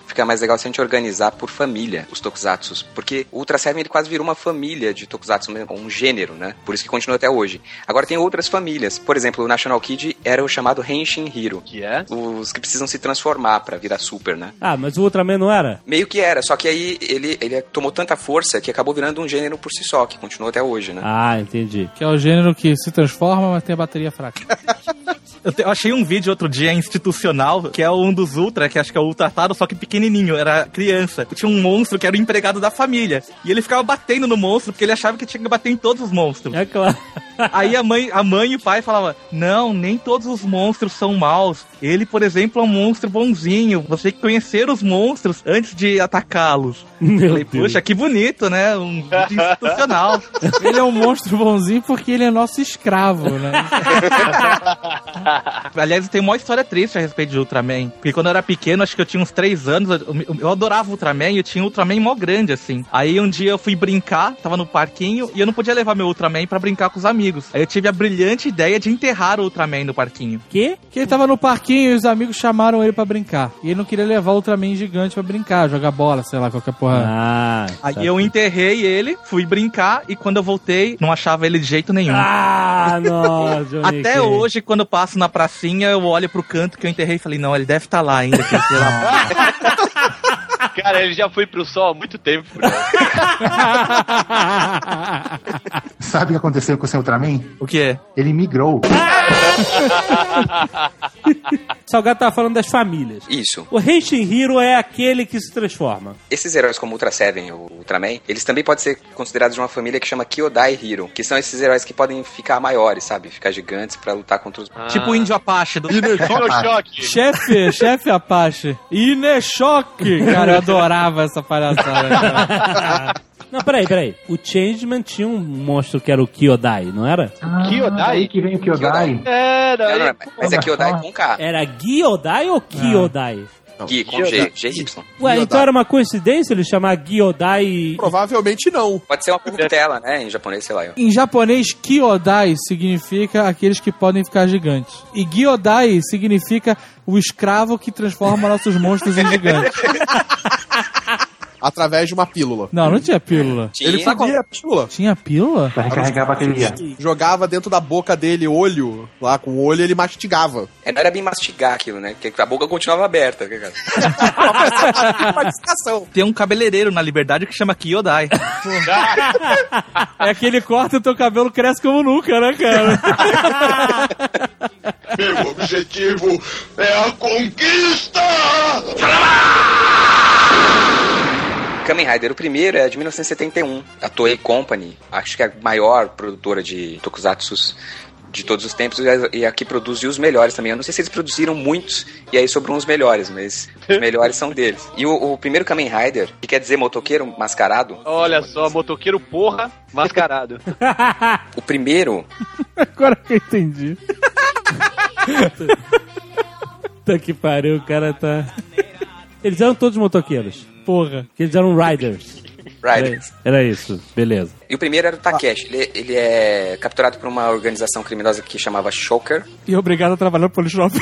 [SPEAKER 5] um
[SPEAKER 4] Fica mais legal se a gente organizar por família os tokusatsus. Porque o Ultra Seven ele quase virou uma família de tokusatsu, mesmo, um gênero, né? Por isso que continua até hoje. Agora tem outras famílias. Por exemplo, o National Kid era o chamado Henshin Hiro.
[SPEAKER 6] Que é?
[SPEAKER 4] Os que precisam se transformar pra virar super, né?
[SPEAKER 1] Ah, mas o Ultraman não era?
[SPEAKER 4] Meio que era, só que aí ele, ele tomou tanta força que acabou virando um gênero por si só, que continua até hoje, né?
[SPEAKER 1] Ah, entendi.
[SPEAKER 7] que é o gênero que se transforma, mas tem a bateria fraca.
[SPEAKER 5] Eu, te- eu achei um vídeo outro dia institucional, que é um dos Ultra, que acho que é o Ultra Taro, só que pequenininho, era criança. Tinha um monstro que era o empregado da família. E ele ficava batendo no monstro, porque ele achava que tinha que bater em todos os monstros.
[SPEAKER 1] É claro.
[SPEAKER 5] Aí a mãe, a mãe e o pai falavam: Não, nem todos os monstros são maus. Ele, por exemplo, é um monstro bonzinho. Você tem que conhecer os monstros antes de atacá-los. Eu
[SPEAKER 1] Meu
[SPEAKER 5] Falei, puxa, que bonito, né? Um vídeo institucional.
[SPEAKER 7] Ele é um monstro bonzinho porque ele é nosso escravo, né?
[SPEAKER 5] Aliás, tem uma história triste a respeito de Ultraman. Porque quando eu era pequeno, acho que eu tinha uns 3 anos, eu, eu adorava Ultraman e eu tinha um Ultraman mó grande, assim. Aí um dia eu fui brincar, tava no parquinho, e eu não podia levar meu Ultraman pra brincar com os amigos. Aí eu tive a brilhante ideia de enterrar o Ultraman no parquinho.
[SPEAKER 1] Quê?
[SPEAKER 7] Que ele tava no parquinho e os amigos chamaram ele pra brincar. E ele não queria levar o Ultraman gigante pra brincar, jogar bola, sei lá, qualquer porra.
[SPEAKER 1] Ah,
[SPEAKER 5] Aí
[SPEAKER 1] tá.
[SPEAKER 5] eu enterrei ele, fui brincar, e quando eu voltei, não achava ele de jeito nenhum.
[SPEAKER 1] Ah, nossa, Johnny
[SPEAKER 5] Até
[SPEAKER 1] Cage.
[SPEAKER 5] hoje, quando eu passo na pracinha, eu olho pro canto que eu enterrei e falei, não, ele deve estar lá ainda, que sei lá.
[SPEAKER 6] Cara, ele já foi pro sol há muito tempo. né?
[SPEAKER 3] Sabe o que aconteceu com o seu Ultraman?
[SPEAKER 5] O que é?
[SPEAKER 3] Ele migrou.
[SPEAKER 1] Salgado tava falando das famílias.
[SPEAKER 4] Isso.
[SPEAKER 1] O Henshin Hiro é aquele que se transforma.
[SPEAKER 4] Esses heróis como Ultra Seven ou Ultraman, eles também podem ser considerados de uma família que chama Kyodai Hero, que são esses heróis que podem ficar maiores, sabe? Ficar gigantes pra lutar contra
[SPEAKER 6] Ah,
[SPEAKER 4] os...
[SPEAKER 5] Tipo o índio Apache do
[SPEAKER 6] choque.
[SPEAKER 7] Chefe, chefe Apache. Inechoque! Cara, eu adorava essa palhaçada. cara.
[SPEAKER 1] Não, peraí, peraí. O Changeman tinha um monstro que era o Kyodai, não era?
[SPEAKER 6] Kyodai?
[SPEAKER 3] Ah, Aí que vem o Kyodai.
[SPEAKER 6] É, não,
[SPEAKER 4] Não, não,
[SPEAKER 6] ele-
[SPEAKER 4] não, mas é Kyodai com K.
[SPEAKER 1] Era Gyodai ou Kyodai?
[SPEAKER 4] Gui, com G, GY.
[SPEAKER 1] Ué,
[SPEAKER 2] Gyodai.
[SPEAKER 1] então era uma coincidência ele chamar Gyodai e...
[SPEAKER 2] Provavelmente não.
[SPEAKER 4] Pode ser uma corruptela, né? Em japonês, sei lá. eu-
[SPEAKER 7] Em japonês, Kyodai significa aqueles que podem ficar gigantes. E Gyodai significa o escravo que transforma nossos monstros em gigantes.
[SPEAKER 2] Através de uma pílula.
[SPEAKER 7] Não, não tinha pílula.
[SPEAKER 4] Tinha-
[SPEAKER 2] Ele tá sabia a pílula.
[SPEAKER 7] Tinha pílula?
[SPEAKER 3] Pra recarregar a bateria.
[SPEAKER 2] Jogava dentro da boca dele olho. Lá com o olho ele mastigava.
[SPEAKER 4] É, não era bem mastigar aquilo, né? Porque a boca continuava aberta. que, cara?
[SPEAKER 2] Mastigação.
[SPEAKER 5] Tem um cabeleireiro na liberdade que chama Kyodai.
[SPEAKER 7] É aquele corta e teu cabelo cresce como nunca, né, cara?
[SPEAKER 8] Meu objetivo é a conquista!
[SPEAKER 4] Kamen Rider, o primeiro é de 1971. A Toei Company, acho que é a maior produtora de tokusatsus de todos os tempos e a- e a que produziu os melhores também. Eu não sei se eles produziram muitos e aí sobrou uns melhores, mas os melhores são deles. E o, o primeiro Kamen Rider, que quer dizer motoqueiro mascarado,
[SPEAKER 6] Olha só, motoqueiro porra mascarado.
[SPEAKER 4] o primeiro
[SPEAKER 7] Agora que eu entendi.
[SPEAKER 1] Puta que pariu, o cara tá... Eles eram todos motoqueiros.
[SPEAKER 7] Porra.
[SPEAKER 1] Porque eles eram riders. Era,
[SPEAKER 4] Riders.
[SPEAKER 1] era isso, beleza.
[SPEAKER 4] E o primeiro era o Takeshi. Ele, ele é capturado por uma organização criminosa que chamava Shocker.
[SPEAKER 7] E obrigado a trabalhar no Polishop.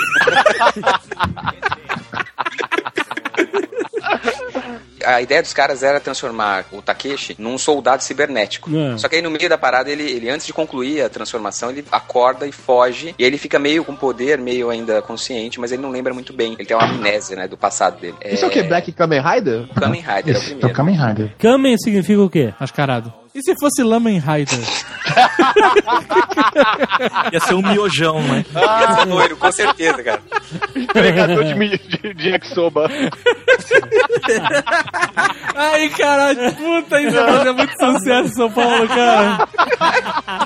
[SPEAKER 4] A ideia dos caras era transformar o Takeshi num soldado cibernético.
[SPEAKER 1] É.
[SPEAKER 4] Só que aí no meio da parada, ele, ele antes de concluir a transformação, ele acorda e foge. E aí ele fica meio com poder, meio ainda consciente, mas ele não lembra muito bem. Ele tem uma amnésia, né, do passado dele.
[SPEAKER 2] Isso é o que? Black Kamen Rider?
[SPEAKER 4] Kamen Rider é o
[SPEAKER 3] Esse é o
[SPEAKER 4] primeiro.
[SPEAKER 3] Kamen Rider.
[SPEAKER 1] Kamen significa o quê?
[SPEAKER 7] Mascarado. E se fosse Lamen Rider?
[SPEAKER 5] Ia ser um miojão, né?
[SPEAKER 4] Ia ser loiro, com certeza, cara.
[SPEAKER 6] Pegador de, mi- de, de yakisoba.
[SPEAKER 7] Ai, caralho, puta, isso é muito sucesso em São Paulo, cara.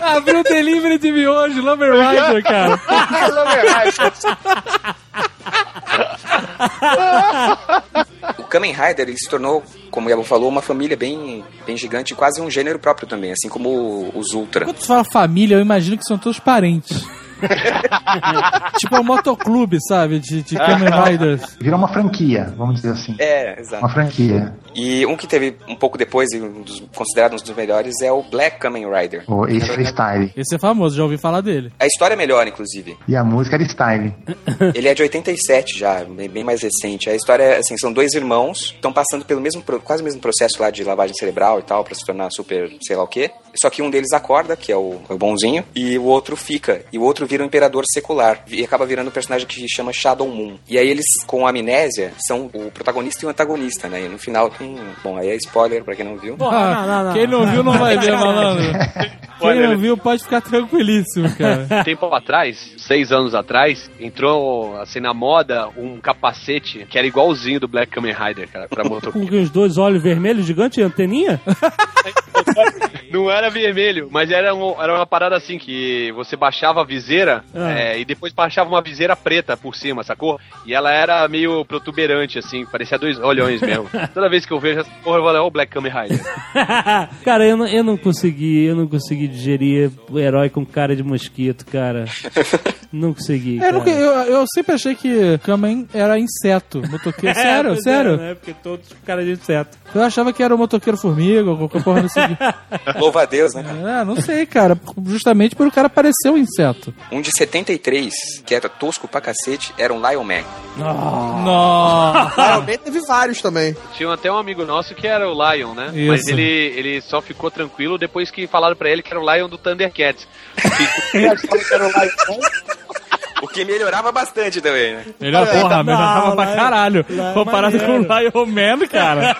[SPEAKER 7] Abriu o delivery de miojo, Lumber Rider, cara.
[SPEAKER 4] O Kamen Rider ele se tornou, como o Yabo falou, uma família bem, bem gigante, quase um gênero próprio também, assim como os Ultra.
[SPEAKER 7] Quando tu fala família, eu imagino que são todos parentes. tipo, é um motoclube, sabe? De, de Kamen Riders.
[SPEAKER 3] Virou uma franquia, vamos dizer assim.
[SPEAKER 4] É, exato.
[SPEAKER 3] Uma franquia.
[SPEAKER 4] E um que teve um pouco depois, e um dos, considerado um dos melhores, é o Black Kamen Rider.
[SPEAKER 3] Ou Ace era Style.
[SPEAKER 7] Esse é famoso, já ouvi falar dele.
[SPEAKER 4] A história é melhor, inclusive.
[SPEAKER 3] E a música era Style.
[SPEAKER 4] Ele é de 87 já, bem bem mais recente. A história é assim, são dois irmãos que estão passando pelo mesmo, pro- quase o mesmo processo lá de lavagem cerebral e tal, pra se tornar super sei lá o quê. Só que um deles acorda, que é o, é o bonzinho, e o outro fica. E o outro vira um imperador secular. E acaba virando um personagem que chama Shadow Moon. E aí eles, com amnésia, são o protagonista e o antagonista, né? E no final tem... Bom, aí é spoiler pra quem não viu.
[SPEAKER 1] Porra, não, não, não.
[SPEAKER 7] Ah, Quem não viu não vai ver, malandro. Quem
[SPEAKER 6] Olha,
[SPEAKER 7] não viu pode ficar tranquilíssimo, cara.
[SPEAKER 6] Tempo atrás, seis anos atrás, entrou assim na moda um capacete que era igualzinho do Black Kamen Rider, cara, pra motor.
[SPEAKER 1] Com os dois olhos vermelhos gigantes e anteninha?
[SPEAKER 6] Não era vermelho, mas era, um- era uma parada assim que você baixava a viseira
[SPEAKER 1] Ah.
[SPEAKER 6] é, e depois baixava uma viseira preta por cima, sacou? E ela era meio protuberante, assim, parecia dois olhões mesmo. Toda vez que eu vejo essa porra, eu falo, ó, o Black Kamen Rider.
[SPEAKER 1] cara, eu não, eu não consegui, eu não consegui digerir o herói com cara de mosquito, cara. Não consegui.
[SPEAKER 7] Eu,
[SPEAKER 1] cara.
[SPEAKER 7] nunca- eu, eu sempre achei que Kamen era inseto, motoqueiro. Sério,
[SPEAKER 1] pois
[SPEAKER 7] sério.
[SPEAKER 1] É, né? Porque todos com cara de inseto.
[SPEAKER 7] Eu achava que era o motoqueiro formiga ou qualquer porra desse.
[SPEAKER 4] Louva a Deus, né?
[SPEAKER 7] ah, não sei, cara. Justamente por o cara parecer um inseto.
[SPEAKER 4] Um de 73, que era tosco pra cacete, era um Lion Man.
[SPEAKER 7] Nossa!
[SPEAKER 2] Claramente teve vários também.
[SPEAKER 6] Tinha até um amigo nosso que era o Lion, né?
[SPEAKER 7] Isso.
[SPEAKER 6] Mas ele, ele só ficou tranquilo depois que falaram pra ele que era o Lion do Thundercats.
[SPEAKER 4] O que melhorava bastante também, né?
[SPEAKER 7] Melhor porra, melhorava
[SPEAKER 1] Não,
[SPEAKER 7] pra
[SPEAKER 1] lá é-
[SPEAKER 7] caralho.
[SPEAKER 1] lá é
[SPEAKER 7] Comparado com o Lion Man, cara.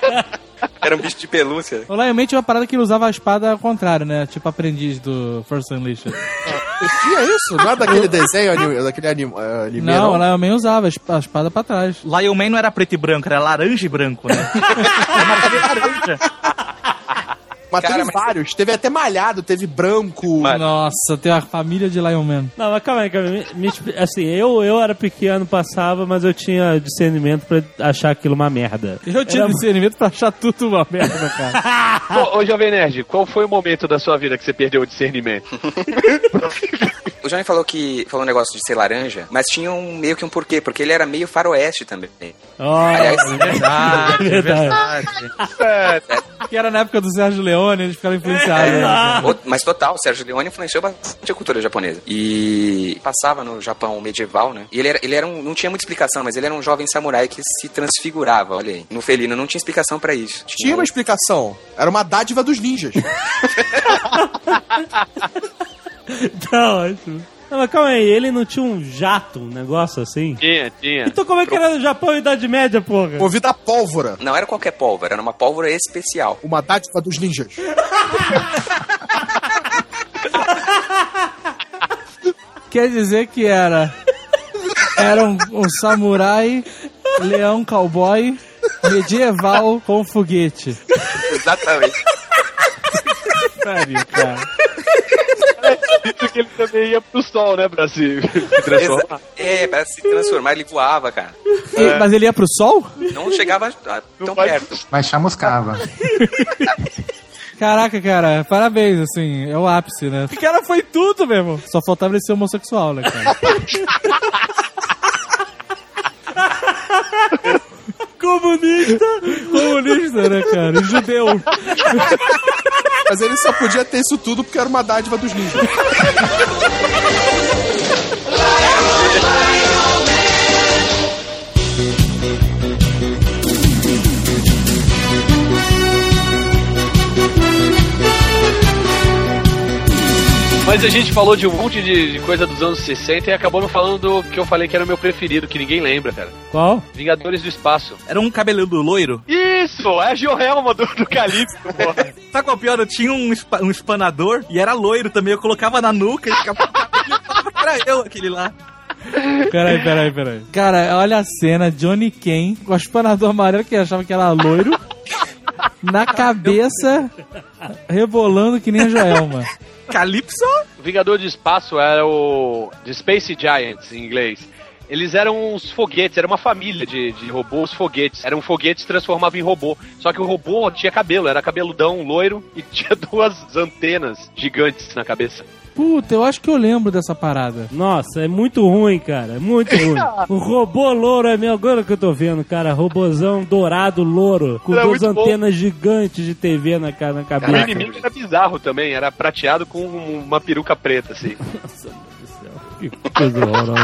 [SPEAKER 4] Era um bicho de pelúcia.
[SPEAKER 7] O Lion Man tinha uma parada que ele usava a espada ao contrário, né? Tipo aprendiz do First Unleashed.
[SPEAKER 2] Tinha isso? Não era daquele desenho, anime, daquele anime, eh, anime
[SPEAKER 7] Não, o
[SPEAKER 5] né?
[SPEAKER 7] Lion Man usava a esp- a espada pra trás.
[SPEAKER 5] Lion Man não era preto e branco, era laranja e branco, né? Era uma cor laranja.
[SPEAKER 2] Mas
[SPEAKER 4] Cara,
[SPEAKER 2] teve
[SPEAKER 4] mas-
[SPEAKER 2] vários. Teve até malhado, teve branco.
[SPEAKER 7] Nossa, tem uma família de Lion Man.
[SPEAKER 1] Não, mas calma aí, calma aí. Me- me expli- assim, eu, eu era pequeno, passava, mas eu tinha discernimento pra achar aquilo uma merda.
[SPEAKER 7] Eu tinha discernimento pra achar tudo uma merda, cara.
[SPEAKER 6] ô, ô, Jovem Nerd, qual foi o momento da sua vida que você perdeu o discernimento?
[SPEAKER 4] O Johnny falou que falou um negócio de ser laranja, mas tinha um meio que um porquê, porque ele era meio faroeste também.
[SPEAKER 1] Olha,
[SPEAKER 4] Aliás,
[SPEAKER 1] é verdade.
[SPEAKER 5] É.
[SPEAKER 7] que era na época do Sérgio Leone, eles ficaram influenciados. né?
[SPEAKER 4] o- mas total, Sérgio Leone influenciou bastante a cultura japonesa. E passava no Japão medieval, né? E ele era, ele era um, não tinha muita explicação, mas ele era um jovem samurai que se transfigurava, olha aí. No felino não tinha explicação pra isso.
[SPEAKER 2] Tinha uma explicação. Era uma dádiva dos ninjas.
[SPEAKER 1] Tá ótimo. Não, mas calma aí, ele não tinha um jato, um negócio assim?
[SPEAKER 6] Tinha, tinha.
[SPEAKER 1] Então como é que era no Japão Idade Média, porra?
[SPEAKER 2] Movida a pólvora.
[SPEAKER 4] um, Não era qualquer pólvora, era uma pólvora especial.
[SPEAKER 2] Uma dádiva dos ninjas.
[SPEAKER 7] Quer dizer que era. Era um, um samurai, leão cowboy, medieval com foguete.
[SPEAKER 4] Exatamente.
[SPEAKER 7] Sério, cara.
[SPEAKER 6] Isso que ele também ia pro sol, né, Brasil?
[SPEAKER 4] Exa- é, pra se transformar, ele voava, cara.
[SPEAKER 7] E- mas ele ia pro sol?
[SPEAKER 4] Não chegava a- tão
[SPEAKER 6] vai-
[SPEAKER 4] perto.
[SPEAKER 3] Mas chamuscava.
[SPEAKER 7] Caraca, cara, parabéns, assim, é o ápice, né? O cara foi tudo mesmo. Só faltava ele ser homossexual, né, cara?
[SPEAKER 1] Comunista!
[SPEAKER 7] Comunista, né, cara? E Judeu.
[SPEAKER 2] Mas ele só podia ter isso tudo porque era uma dádiva dos ninjas.
[SPEAKER 6] Mas Mas a gente falou de um monte de de coisa dos anos 60 e acabou não falando do que eu falei que era o meu preferido, que ninguém lembra, cara.
[SPEAKER 1] Qual?
[SPEAKER 6] Vingadores do Espaço.
[SPEAKER 5] Era um cabeludo loiro.
[SPEAKER 6] Isso! É a Joelma do, do Calypso, porra.
[SPEAKER 5] Sabe qual é o pior? Eu tinha um, espa- um espanador e era loiro também. Eu colocava na nuca e ficava... era eu aquele lá.
[SPEAKER 1] Peraí, peraí, peraí.
[SPEAKER 7] Cara, olha a cena, Johnny Ken, com o espanador amarelo que achava que era loiro, na cabeça, rebolando que nem a Joelma.
[SPEAKER 5] Calypso?
[SPEAKER 6] O Vingador do Espaço era o. de Space Giants em inglês. Eles eram uns foguetes, era uma família de, de robôs foguetes. Eram foguetes que se transformavam em robô. Só que o robô tinha cabelo, era cabeludão, loiro e tinha duas antenas gigantes na cabeça.
[SPEAKER 7] Puta, eu acho que eu lembro dessa parada.
[SPEAKER 1] Nossa, é muito ruim, cara. É muito ruim. O robô louro é meu. Agora que eu tô vendo, cara. Robozão dourado louro. Com
[SPEAKER 6] Era
[SPEAKER 1] duas
[SPEAKER 6] muito bom.
[SPEAKER 1] antenas gigantes de TV na, ca- na
[SPEAKER 6] O
[SPEAKER 1] cabeça.
[SPEAKER 6] inimigo era bizarro também, era prateado com uma peruca preta, assim.
[SPEAKER 1] Que coisa horrorosa.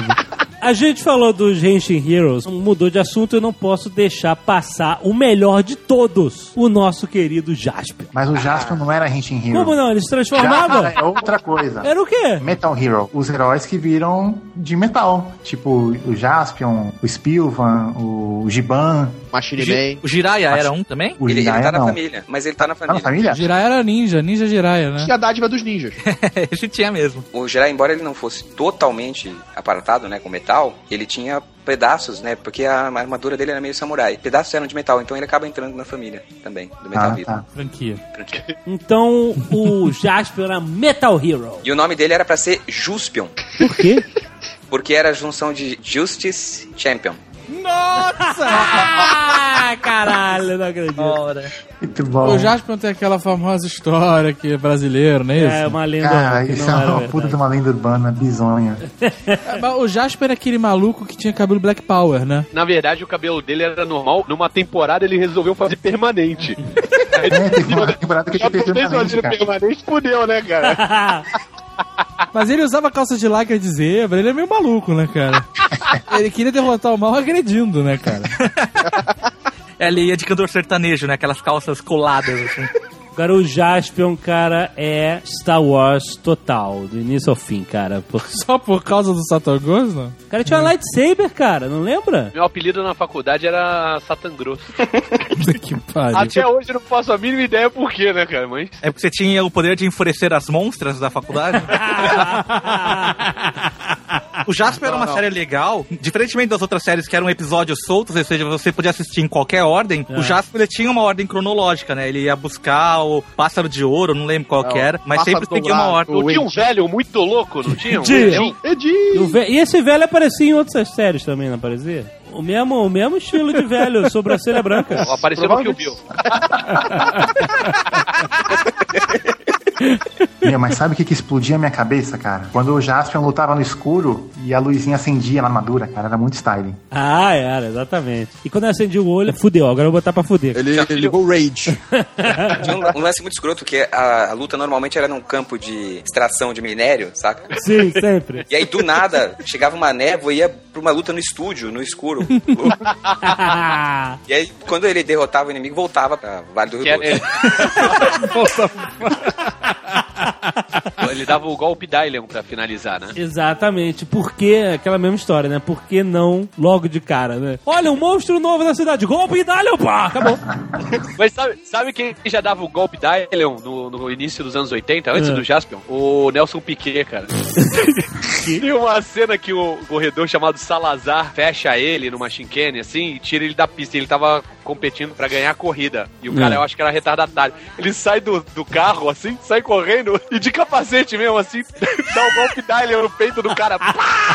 [SPEAKER 1] A gente falou dos Henshin Heroes, mudou de assunto, eu não posso deixar passar o melhor de todos, o nosso querido Jasper.
[SPEAKER 3] Mas o Jasper não era Henshin Hero.
[SPEAKER 1] Como não? Ele se
[SPEAKER 3] Jasper
[SPEAKER 1] transformava?
[SPEAKER 3] é outra coisa.
[SPEAKER 1] Era o quê?
[SPEAKER 3] Metal Hero, os heróis que viram de metal, tipo o Jaspion, o Spilvan, o Giban,
[SPEAKER 2] Machine
[SPEAKER 5] Gi-
[SPEAKER 2] Man.
[SPEAKER 5] O Jiraiya era um também?
[SPEAKER 3] o
[SPEAKER 4] Ele, ele
[SPEAKER 3] Jiraiya
[SPEAKER 4] tá na
[SPEAKER 3] não.
[SPEAKER 4] família, mas ele tá na
[SPEAKER 3] Tá na
[SPEAKER 4] família.
[SPEAKER 3] família?
[SPEAKER 7] Jiraiya era ninja, ninja Jiraiya, né?
[SPEAKER 2] Isso é a dádiva dos ninjas.
[SPEAKER 5] A gente tinha mesmo.
[SPEAKER 4] O Jiraiya, embora ele não fosse totalmente aparatado, né, com metal, ele tinha pedaços, né, porque a armadura dele era meio samurai. Pedaços eram de metal, então ele acaba entrando na família também, do Metal
[SPEAKER 3] Ah,
[SPEAKER 4] Hero.
[SPEAKER 3] tá.
[SPEAKER 7] Franquia.
[SPEAKER 1] Então o Jasper era Metal Hero.
[SPEAKER 4] E o nome dele era pra ser Juspion,
[SPEAKER 1] Por quê?
[SPEAKER 4] porque era a junção de Justice Champion.
[SPEAKER 1] Ah, caralho, não acredito.
[SPEAKER 5] Ora.
[SPEAKER 3] Muito bom.
[SPEAKER 7] O Jasper tem aquela famosa história que é brasileiro, não é isso?
[SPEAKER 1] É uma lenda.
[SPEAKER 3] Cara,
[SPEAKER 1] que
[SPEAKER 3] isso
[SPEAKER 1] não
[SPEAKER 3] é
[SPEAKER 1] era
[SPEAKER 3] uma puta
[SPEAKER 1] verdade.
[SPEAKER 3] de uma lenda urbana bizonha.
[SPEAKER 7] É, mas O Jasper era aquele maluco que tinha cabelo Black Power, né?
[SPEAKER 6] Na verdade, o cabelo dele era normal. Numa temporada, ele resolveu fazer permanente.
[SPEAKER 3] É, teve uma temporada que eu
[SPEAKER 6] Já
[SPEAKER 3] tinha
[SPEAKER 6] pensei se
[SPEAKER 3] permanente,
[SPEAKER 6] fazendo
[SPEAKER 3] cara.
[SPEAKER 6] permanente, fudeu, né, cara?
[SPEAKER 7] Mas ele usava calça de lycra de zebra, ele é meio maluco, né, cara? Ele queria derrotar o mal agredindo, né, cara?
[SPEAKER 5] Ela ia de cantor sertanejo, né? Aquelas calças coladas, assim.
[SPEAKER 1] Agora o Jaspion, cara, é Star Wars total, do início ao fim, cara. Pô,
[SPEAKER 7] Só por causa do Satan Ghost, não?
[SPEAKER 1] O cara tinha uma lightsaber, cara, não lembra?
[SPEAKER 6] Meu apelido na faculdade era Satan Grosso.
[SPEAKER 7] que pariu.
[SPEAKER 6] Até hoje eu não faço a mínima ideia por quê, né, cara? Mas.
[SPEAKER 5] É porque você tinha o poder de enfurecer as monstras da faculdade. o Jasper era uma série legal. Diferentemente das outras séries que eram episódios soltos, ou seja, você podia assistir em qualquer ordem,
[SPEAKER 1] É.
[SPEAKER 5] o Jasper ele tinha uma ordem cronológica, né? Ele ia buscar o Pássaro de Ouro, não lembro qual que
[SPEAKER 2] É, o
[SPEAKER 5] era, mas
[SPEAKER 2] Pássaro
[SPEAKER 5] sempre seguia uma
[SPEAKER 2] Dourado.
[SPEAKER 5] ordem.
[SPEAKER 6] Não tinha um velho muito louco, não tinha? Um
[SPEAKER 1] Tinha.
[SPEAKER 6] Edim? Edim!
[SPEAKER 1] E, o ve- e esse velho aparecia em outras séries também, não aparecia? O mesmo, o mesmo estilo de velho, sobrancelha branca.
[SPEAKER 6] Apareceu no Kill Bill.
[SPEAKER 3] Meu, mas sabe o que, que explodia a minha cabeça, cara? Quando o Jaspion lutava no escuro e a luzinha acendia na armadura, cara, era muito styling.
[SPEAKER 1] Ah, era, exatamente. E quando eu acendi o olho, fudeu, agora eu vou botar pra fuder.
[SPEAKER 2] Ele, ele ligou o Rage.
[SPEAKER 4] Tinha um, um lance muito escroto, que a, a luta normalmente era num campo de extração de minério, saca?
[SPEAKER 1] Sim, sempre.
[SPEAKER 4] E aí, do nada, chegava uma névoa e ia pra uma luta no estúdio, no escuro. E aí, quando ele derrotava o inimigo, voltava pra Vale do Rio
[SPEAKER 6] Que é era-
[SPEAKER 4] Doce.
[SPEAKER 6] Ele dava o golpe Dylion pra finalizar, né?
[SPEAKER 1] Exatamente, porque aquela mesma história, né? Por que não logo de cara, né? Olha, um monstro novo na cidade, golpe e dá-lhe, pá, acabou.
[SPEAKER 6] Mas sabe, sabe quem já dava o golpe Dylion no, no início dos anos 80, antes
[SPEAKER 1] É.
[SPEAKER 6] do Jaspion? O Nelson Piquet, cara. Tem uma cena que o corredor chamado Salazar fecha ele numa chinquene, assim, e tira ele da pista. Ele tava competindo pra ganhar a corrida. E o cara,
[SPEAKER 1] É.
[SPEAKER 6] eu acho que era retardatário. Ele sai do, do carro, assim, sai correndo, e de capacete mesmo, assim, dá o golpe Dylion no peito do cara.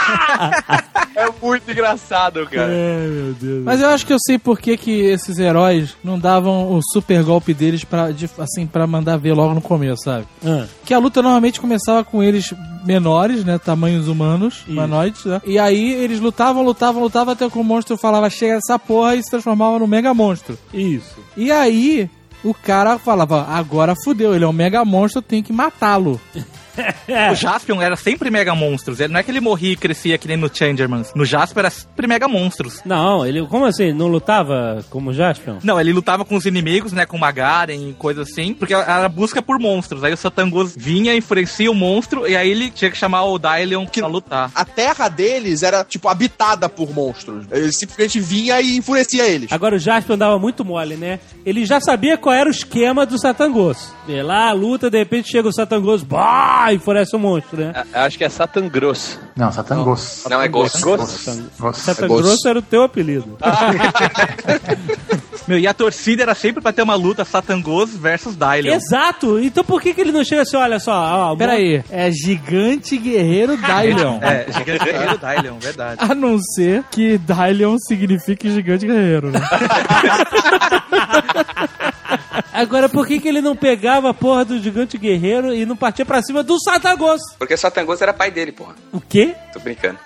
[SPEAKER 6] Pá! é muito engraçado, cara.
[SPEAKER 1] É, meu Deus.
[SPEAKER 7] Mas eu acho que eu sei por que, que esses heróis não davam o super golpe deles pra, de- assim, pra mandar ver logo no começo, sabe?
[SPEAKER 1] Ah,
[SPEAKER 7] Que a luta normalmente começava com eles menores, né? Tamanhos humanos, humanoides, né? E aí eles lutavam, lutavam, lutavam até que o monstro falava chega dessa porra e se transformava num mega monstro.
[SPEAKER 1] isso.
[SPEAKER 7] E aí o cara falava, agora fudeu, ele é um mega monstro, eu tenho que matá-lo.
[SPEAKER 5] O Jaspion era sempre mega monstros. Ele não é que ele morria e crescia que nem no Changermans. No Jaspion era sempre mega monstros.
[SPEAKER 1] Não, ele. Como assim? Não lutava como Jaspion?
[SPEAKER 5] Não, ele lutava com os inimigos, né? Com Magaren e coisa assim, porque era a busca por monstros. Aí o Satangos vinha, enfrancia o monstro, e aí ele tinha que chamar o Dylion pra lutar.
[SPEAKER 2] A terra deles era, tipo, habitada por monstros. Ele simplesmente vinha e enfurecia eles.
[SPEAKER 1] Agora o Jaspion dava muito mole, né? Ele já sabia qual era o esquema do Satangos. Vê lá, luta, de repente chega o Satangos, bah, enfurece o monstro, né?
[SPEAKER 6] A- Acho que é Satan Grosso.
[SPEAKER 3] Não, Satan Ghost.
[SPEAKER 4] Não, é Ghost.
[SPEAKER 1] Satan Grosso era o teu apelido.
[SPEAKER 5] Meu, e a torcida era sempre pra ter uma luta Satangos versus Dylion.
[SPEAKER 1] Exato! Então por que, que ele não chega assim, olha só, ó,
[SPEAKER 7] Peraí, é Gigante Guerreiro Dylion.
[SPEAKER 5] É, gigante guerreiro Dylion, verdade.
[SPEAKER 7] A não ser que Dylion signifique Gigante Guerreiro, né?
[SPEAKER 1] Agora, por que, que ele não pegava a porra do gigante guerreiro e não partia pra cima do Satagos?
[SPEAKER 4] Porque o Satangos era pai dele, porra.
[SPEAKER 1] O quê?
[SPEAKER 4] Tô brincando.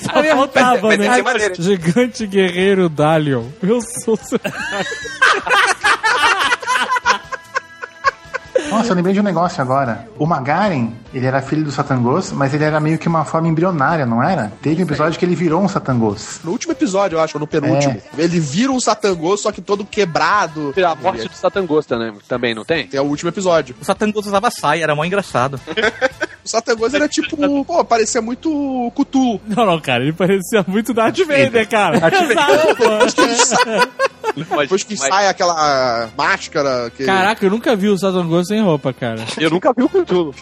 [SPEAKER 1] Só faltava,
[SPEAKER 4] mas
[SPEAKER 1] né?
[SPEAKER 4] tem que ser maneiro.
[SPEAKER 7] Gigante Guerreiro Dalion. Meu sou
[SPEAKER 3] Nossa, eu lembrei de um negócio agora. O Magaren, ele era filho do Satangos, mas ele era meio que uma forma embrionária, não era? Teve um episódio que ele virou um Satangos.
[SPEAKER 2] No último episódio, eu acho, ou no penúltimo,
[SPEAKER 7] É.
[SPEAKER 2] ele vira um satangô, só que todo quebrado.
[SPEAKER 6] A morte do Satan Gosta, né? Também não tem?
[SPEAKER 2] É o último episódio.
[SPEAKER 5] O Satangos usava saia, era mó engraçado.
[SPEAKER 2] O Satangos era tipo, pô, parecia muito Cthulhu.
[SPEAKER 7] Não, não, cara, ele parecia muito Darth Vader, cara. Exato, pô.
[SPEAKER 6] Mas-
[SPEAKER 2] Depois que
[SPEAKER 6] mas
[SPEAKER 2] sai aquela máscara. Que...
[SPEAKER 7] Caraca, eu nunca vi o Satan Ghost sem roupa, cara.
[SPEAKER 6] Eu nunca vi o Cthulhu.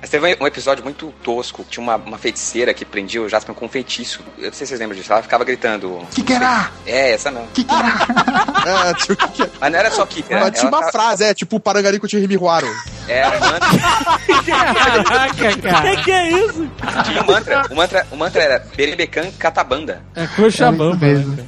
[SPEAKER 4] Mas teve um episódio muito tosco. Tinha uma, uma feiticeira que prendia o Jasper com um feitiço. Eu não sei se vocês lembram disso. Ela ficava gritando.
[SPEAKER 3] Que que era?
[SPEAKER 4] É, essa não.
[SPEAKER 3] Que que era?
[SPEAKER 2] É, tipo, que-
[SPEAKER 4] Mas não era só Kika.
[SPEAKER 2] ela
[SPEAKER 4] Era,
[SPEAKER 2] tinha uma
[SPEAKER 4] ela tava-
[SPEAKER 2] frase, é, tipo, Parangarico te Rimihuaro.
[SPEAKER 4] era um mantra,
[SPEAKER 7] Caraca,
[SPEAKER 1] O
[SPEAKER 7] cara.
[SPEAKER 1] que, que é isso?
[SPEAKER 4] tinha um mantra. O mantra, o mantra era Berebecan Catabanda.
[SPEAKER 7] É Cochabamba.
[SPEAKER 3] É isso mesmo.
[SPEAKER 7] né,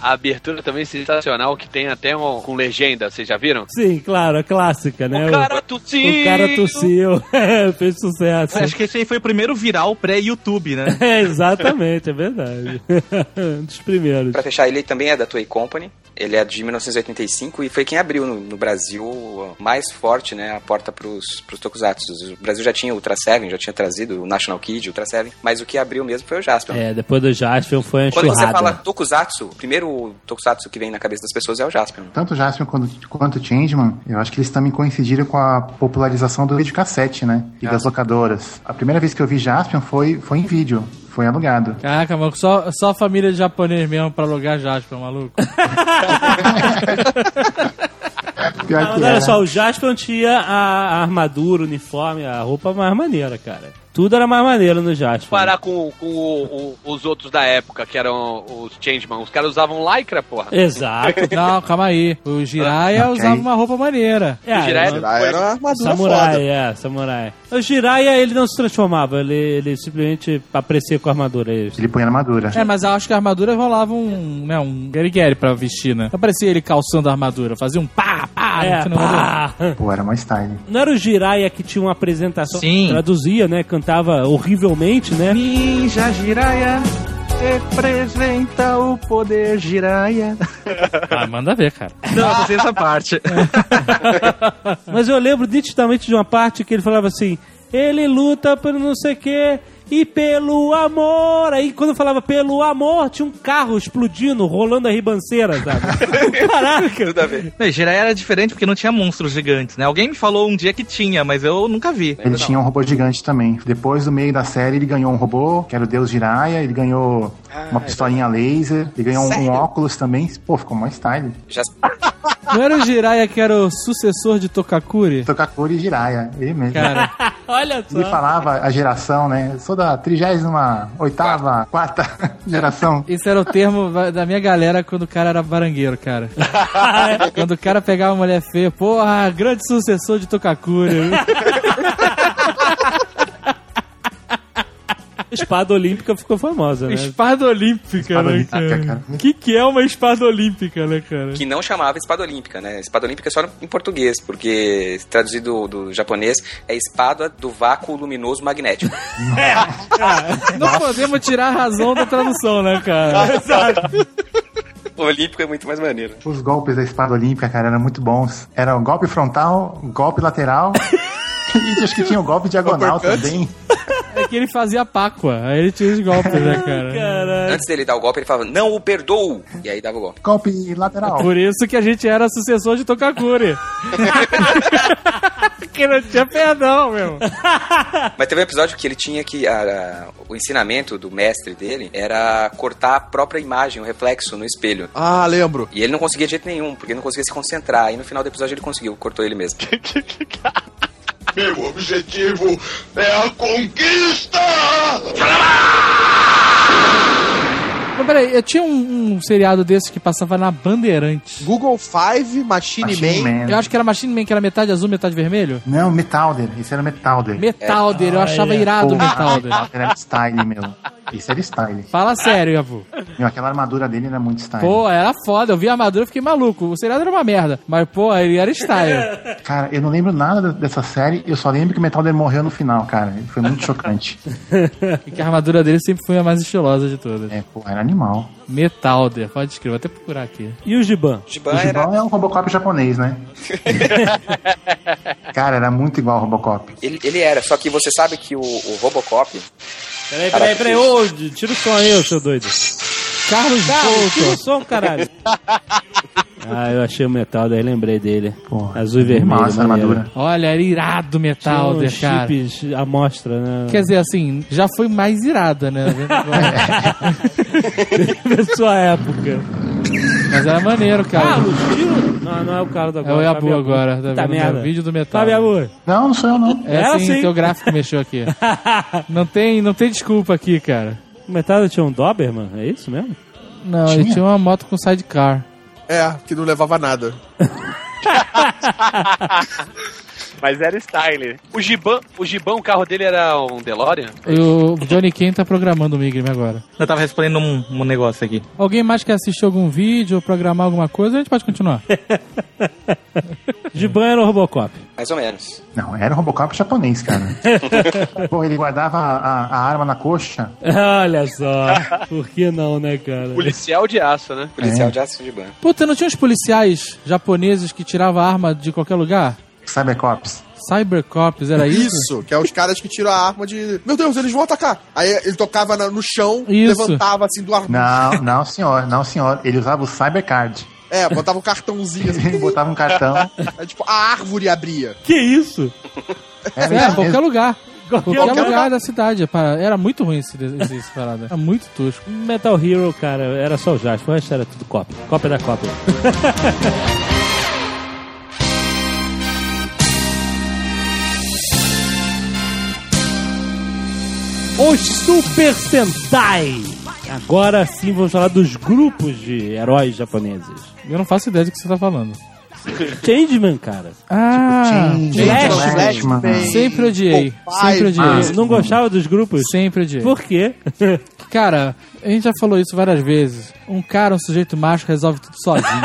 [SPEAKER 6] A abertura também é sensacional, que tem até um, com legenda, vocês já viram?
[SPEAKER 1] Sim, claro, a clássica, né?
[SPEAKER 6] o cara é tossiu!
[SPEAKER 1] o cara tossiu. é, Fez sucesso.
[SPEAKER 5] Acho que esse aí foi o primeiro viral pré-YouTube, né?
[SPEAKER 1] É, exatamente, é verdade. um dos primeiros.
[SPEAKER 4] Pra fechar, ele também é da Toei Company. Ele é de 1985 e foi quem abriu no, no Brasil mais forte, né, a porta pros, pros tokusatsu. O Brasil já tinha o Ultra Seven, já tinha trazido o National Kid, o Ultra Seven, mas o que abriu mesmo foi o Jasper.
[SPEAKER 1] É, depois do Jaspion foi uma
[SPEAKER 4] Quando você fala
[SPEAKER 1] churrada.
[SPEAKER 4] tokusatsu, o primeiro tokusatsu que vem na cabeça das pessoas é o Jasper.
[SPEAKER 3] Tanto o Jaspion quanto, quanto o Changeman, eu acho que eles também coincidiram com a popularização do videocassete, né?
[SPEAKER 4] Ah,
[SPEAKER 3] E das locadoras. A primeira vez que eu vi Jaspion foi, foi em vídeo, foi alugado.
[SPEAKER 7] Caraca, mano, só, só a família de japonês mesmo pra alugar Jasper, maluco.
[SPEAKER 1] Não,
[SPEAKER 3] Pior que
[SPEAKER 1] mas olha
[SPEAKER 3] Ah, era.
[SPEAKER 1] só, o Jaspion tinha a, a armadura, o uniforme, a roupa mais maneira, cara. Tudo era mais maneiro no Jaspion.
[SPEAKER 6] Parar com, com o- o- os outros da época, que eram os Changeman. Os caras usavam lycra, porra.
[SPEAKER 1] Exato.
[SPEAKER 7] Não, calma aí. O
[SPEAKER 5] Ah,
[SPEAKER 7] Jiraiya
[SPEAKER 3] Ok.
[SPEAKER 7] usava uma roupa maneira.
[SPEAKER 1] É,
[SPEAKER 6] Jiraiya
[SPEAKER 1] mano,
[SPEAKER 2] Ah, era uma armadura
[SPEAKER 1] samurai,
[SPEAKER 2] foda.
[SPEAKER 1] é, samurai. O Jiraiya, ele não se transformava, ele, ele simplesmente aparecia com a armadura. Ele...
[SPEAKER 3] Ele põe armadura.
[SPEAKER 7] É, mas eu acho que a armadura rolava um, né, um guerigueri pra vestir, né? Não parecia ele calçando a armadura, fazia um pá, pá,
[SPEAKER 1] É,
[SPEAKER 7] no final do-
[SPEAKER 1] pá.
[SPEAKER 3] Pô, era uma style.
[SPEAKER 1] Não era o Jiraiya que tinha uma apresentação,
[SPEAKER 5] Sim.
[SPEAKER 1] traduzia, né, cantava horrivelmente, né?
[SPEAKER 5] Ninja Jiraya representa o poder Jiraya.
[SPEAKER 7] Ah, manda ver, cara.
[SPEAKER 5] Não, eu só sei essa parte.
[SPEAKER 1] Mas eu lembro nitidamente de uma parte que ele falava assim: ele luta por não sei o quê e pelo amor. Aí quando eu falava pelo amor, tinha um carro explodindo, rolando a ribanceira, sabe? Caraca!
[SPEAKER 4] Tudo a ver.
[SPEAKER 5] Não, e Jiraiya era diferente porque não tinha monstros gigantes, né? Alguém me falou um dia que tinha, mas eu nunca vi.
[SPEAKER 3] Ele tinha um robô gigante também. Depois, no meio da série, ele ganhou um robô, que era o Deus Jiraiya, ele ganhou
[SPEAKER 7] Ah,
[SPEAKER 3] uma
[SPEAKER 7] é
[SPEAKER 3] pistolinha laser, ele ganhou um, um óculos também. Pô, ficou mó style.
[SPEAKER 4] Jasper.
[SPEAKER 7] Não era o Jiraiya que era o sucessor de Tokakuri?
[SPEAKER 3] Tokakuri Jiraiya, ele mesmo.
[SPEAKER 7] Cara,
[SPEAKER 1] Olha
[SPEAKER 3] Ele
[SPEAKER 1] só!
[SPEAKER 3] falava a geração, né? Sou da 38ª, quarta geração.
[SPEAKER 7] esse era o termo va- da minha galera quando o cara era barangueiro, cara. quando o cara pegava uma mulher feia, porra, grande sucessor de Tokakuri. né,
[SPEAKER 1] Espada olímpica ficou famosa, né?
[SPEAKER 7] espada olímpica,
[SPEAKER 3] Espada
[SPEAKER 7] né,
[SPEAKER 3] olímpica,
[SPEAKER 7] cara?
[SPEAKER 3] cara.
[SPEAKER 7] O que, que é uma espada olímpica, né, cara?
[SPEAKER 4] Que não chamava espada olímpica, né? Espada olímpica é só em português, porque traduzido do japonês é espada do vácuo luminoso magnético.
[SPEAKER 7] Não podemos tirar a razão da tradução, né, cara?
[SPEAKER 1] Exato.
[SPEAKER 4] olímpico é muito mais maneiro.
[SPEAKER 3] Os golpes da espada olímpica, cara, eram muito bons. Era o golpe frontal, golpe lateral. e acho que tinha o golpe diagonal
[SPEAKER 2] Uppercut.
[SPEAKER 3] também.
[SPEAKER 7] É que ele fazia páqua. Aí ele tinha os golpes, né, cara?
[SPEAKER 1] Caralho.
[SPEAKER 4] Antes dele dar o golpe, ele falava, não o perdoo! E aí dava o golpe.
[SPEAKER 3] Golpe lateral.
[SPEAKER 7] Por isso que a gente era sucessor de Tokakuri. que não tinha perdão, meu.
[SPEAKER 4] Mas teve um episódio que ele tinha que. a- a- o ensinamento do mestre dele era cortar a própria imagem, o reflexo no espelho.
[SPEAKER 2] Ah, lembro.
[SPEAKER 4] E ele não conseguia de jeito nenhum, porque ele não conseguia se concentrar. E no final do episódio ele conseguiu, cortou ele mesmo.
[SPEAKER 8] Meu objetivo é a conquista!
[SPEAKER 7] Mas peraí, eu tinha um, um seriado desse que passava na Bandeirantes.
[SPEAKER 2] Google Five, Machine,
[SPEAKER 3] Machine
[SPEAKER 2] Man.
[SPEAKER 3] Man.
[SPEAKER 7] Eu acho que era Machine Man, que era metade azul, metade vermelho.
[SPEAKER 3] Não, Metalder. Esse era Metalder.
[SPEAKER 7] Metalder, eu achava irado o Metalder.
[SPEAKER 3] Metalder era style, meu. Esse era style.
[SPEAKER 7] Fala sério, Yabu.
[SPEAKER 3] Meu, aquela armadura dele era muito style.
[SPEAKER 7] Pô, era foda. Eu vi a armadura e fiquei maluco. O seriado era uma merda. Mas, pô, ele era style.
[SPEAKER 3] Cara, eu não lembro nada dessa série. Eu só lembro que o Metalder morreu no final, cara. Foi muito chocante.
[SPEAKER 7] E que a armadura dele sempre foi a mais estilosa de todas.
[SPEAKER 3] É, pô, era animal.
[SPEAKER 7] Metalder, pode escrever, vou até procurar aqui.
[SPEAKER 1] E o Giban?
[SPEAKER 4] Giban
[SPEAKER 3] O
[SPEAKER 4] Ah, era.
[SPEAKER 3] Gibão é um Robocop japonês, né? cara, era muito igual ao Robocop.
[SPEAKER 4] Ele, ele era, só que você sabe que o, o Robocop.
[SPEAKER 1] Peraí, peraí, peraí. Ô, tira o som aí, ô seu doido.
[SPEAKER 7] Carlos
[SPEAKER 1] Carlos, tira o
[SPEAKER 7] Volto.
[SPEAKER 1] som, caralho. ah, eu achei o metal, daí lembrei dele.
[SPEAKER 3] Porra.
[SPEAKER 1] Azul e vermelho.
[SPEAKER 3] Massa a
[SPEAKER 1] maneiro.
[SPEAKER 3] armadura.
[SPEAKER 7] Olha, era irado
[SPEAKER 1] Tinha
[SPEAKER 7] Metalder,
[SPEAKER 1] uns
[SPEAKER 7] cara.
[SPEAKER 1] chips à mostra, né?
[SPEAKER 7] Quer dizer, assim, já foi mais irada, né?
[SPEAKER 1] da sua época.
[SPEAKER 7] Mas era maneiro, cara.
[SPEAKER 5] Ah,
[SPEAKER 1] Carlos, tira. Não, não é o Carlos
[SPEAKER 7] É
[SPEAKER 1] agora.
[SPEAKER 7] o
[SPEAKER 1] tá
[SPEAKER 7] Yabu
[SPEAKER 1] Yabu.
[SPEAKER 7] agora, tá
[SPEAKER 1] Tá
[SPEAKER 7] vendo?
[SPEAKER 1] merda.
[SPEAKER 7] É o vídeo do metal.
[SPEAKER 1] Tá, Yabu.
[SPEAKER 3] Não, não sou eu, não.
[SPEAKER 7] É
[SPEAKER 1] Era
[SPEAKER 7] assim,
[SPEAKER 1] sim.
[SPEAKER 7] teu gráfico mexeu aqui. Não tem, não tem desculpa aqui, cara.
[SPEAKER 1] O metal tinha um Doberman, é isso mesmo?
[SPEAKER 7] Não,
[SPEAKER 3] Tinha?
[SPEAKER 7] ele tinha uma moto com sidecar.
[SPEAKER 2] É, que não levava nada.
[SPEAKER 6] Mas era style. O Giban, o Giban, o carro dele era um DeLorean?
[SPEAKER 7] E O Johnny Ken tá programando o Migrim agora.
[SPEAKER 5] Eu tava respondendo um, um negócio aqui.
[SPEAKER 7] Alguém mais quer assistir algum vídeo ou programar alguma coisa? A gente pode continuar. É.
[SPEAKER 1] Giban era o Robocop.
[SPEAKER 4] Mais ou menos.
[SPEAKER 3] Não, era o Robocop japonês, cara. Pô, ele guardava a, a- a arma na coxa.
[SPEAKER 1] Olha só. Por que não, né, cara?
[SPEAKER 6] Policial de aço, né?
[SPEAKER 2] É.
[SPEAKER 4] Policial de aço Giban.
[SPEAKER 7] Puta, não tinha uns policiais japoneses que tiravam arma de qualquer lugar?
[SPEAKER 3] Cybercops.
[SPEAKER 7] Cybercops, era isso?
[SPEAKER 2] Isso, que é os caras que tiram a arma de. Meu Deus, eles vão atacar. Aí ele tocava na- no chão,
[SPEAKER 7] Isso.
[SPEAKER 2] levantava assim do ar.
[SPEAKER 3] Não, não, senhor. Não, senhor. Ele usava o Cybercard.
[SPEAKER 2] É, botava um cartãozinho
[SPEAKER 3] Ele
[SPEAKER 2] assim.
[SPEAKER 3] botava um cartão.
[SPEAKER 1] É
[SPEAKER 2] aí, tipo, a árvore abria.
[SPEAKER 1] Que isso?
[SPEAKER 3] Era
[SPEAKER 7] É,
[SPEAKER 3] isso
[SPEAKER 7] qualquer
[SPEAKER 3] mesmo.
[SPEAKER 7] lugar. Qualquer,
[SPEAKER 1] lugar.
[SPEAKER 7] lugar, da cidade. pá, Era muito ruim esse, esse, esse parada. Era muito tosco.
[SPEAKER 1] Metal Hero, cara, era só o Jasper, o resto era tudo cópia. Cópia da cópia. Os Super Sentai! Agora sim vamos falar dos grupos de heróis japoneses.
[SPEAKER 7] Eu não faço ideia do que você tá falando.
[SPEAKER 1] Changeman, cara.
[SPEAKER 7] Ah,
[SPEAKER 3] Change,
[SPEAKER 1] Flash,
[SPEAKER 3] Flashman.
[SPEAKER 7] sempre odiei.
[SPEAKER 2] Tipo, Popeye, Ah,
[SPEAKER 7] Sempre
[SPEAKER 6] Ah,
[SPEAKER 7] odiei.
[SPEAKER 1] Eu não gostava dos grupos?
[SPEAKER 7] Sempre odiei.
[SPEAKER 1] Por quê?
[SPEAKER 7] Cara, a gente já falou isso várias vezes. Um cara, um sujeito macho, resolve tudo sozinho.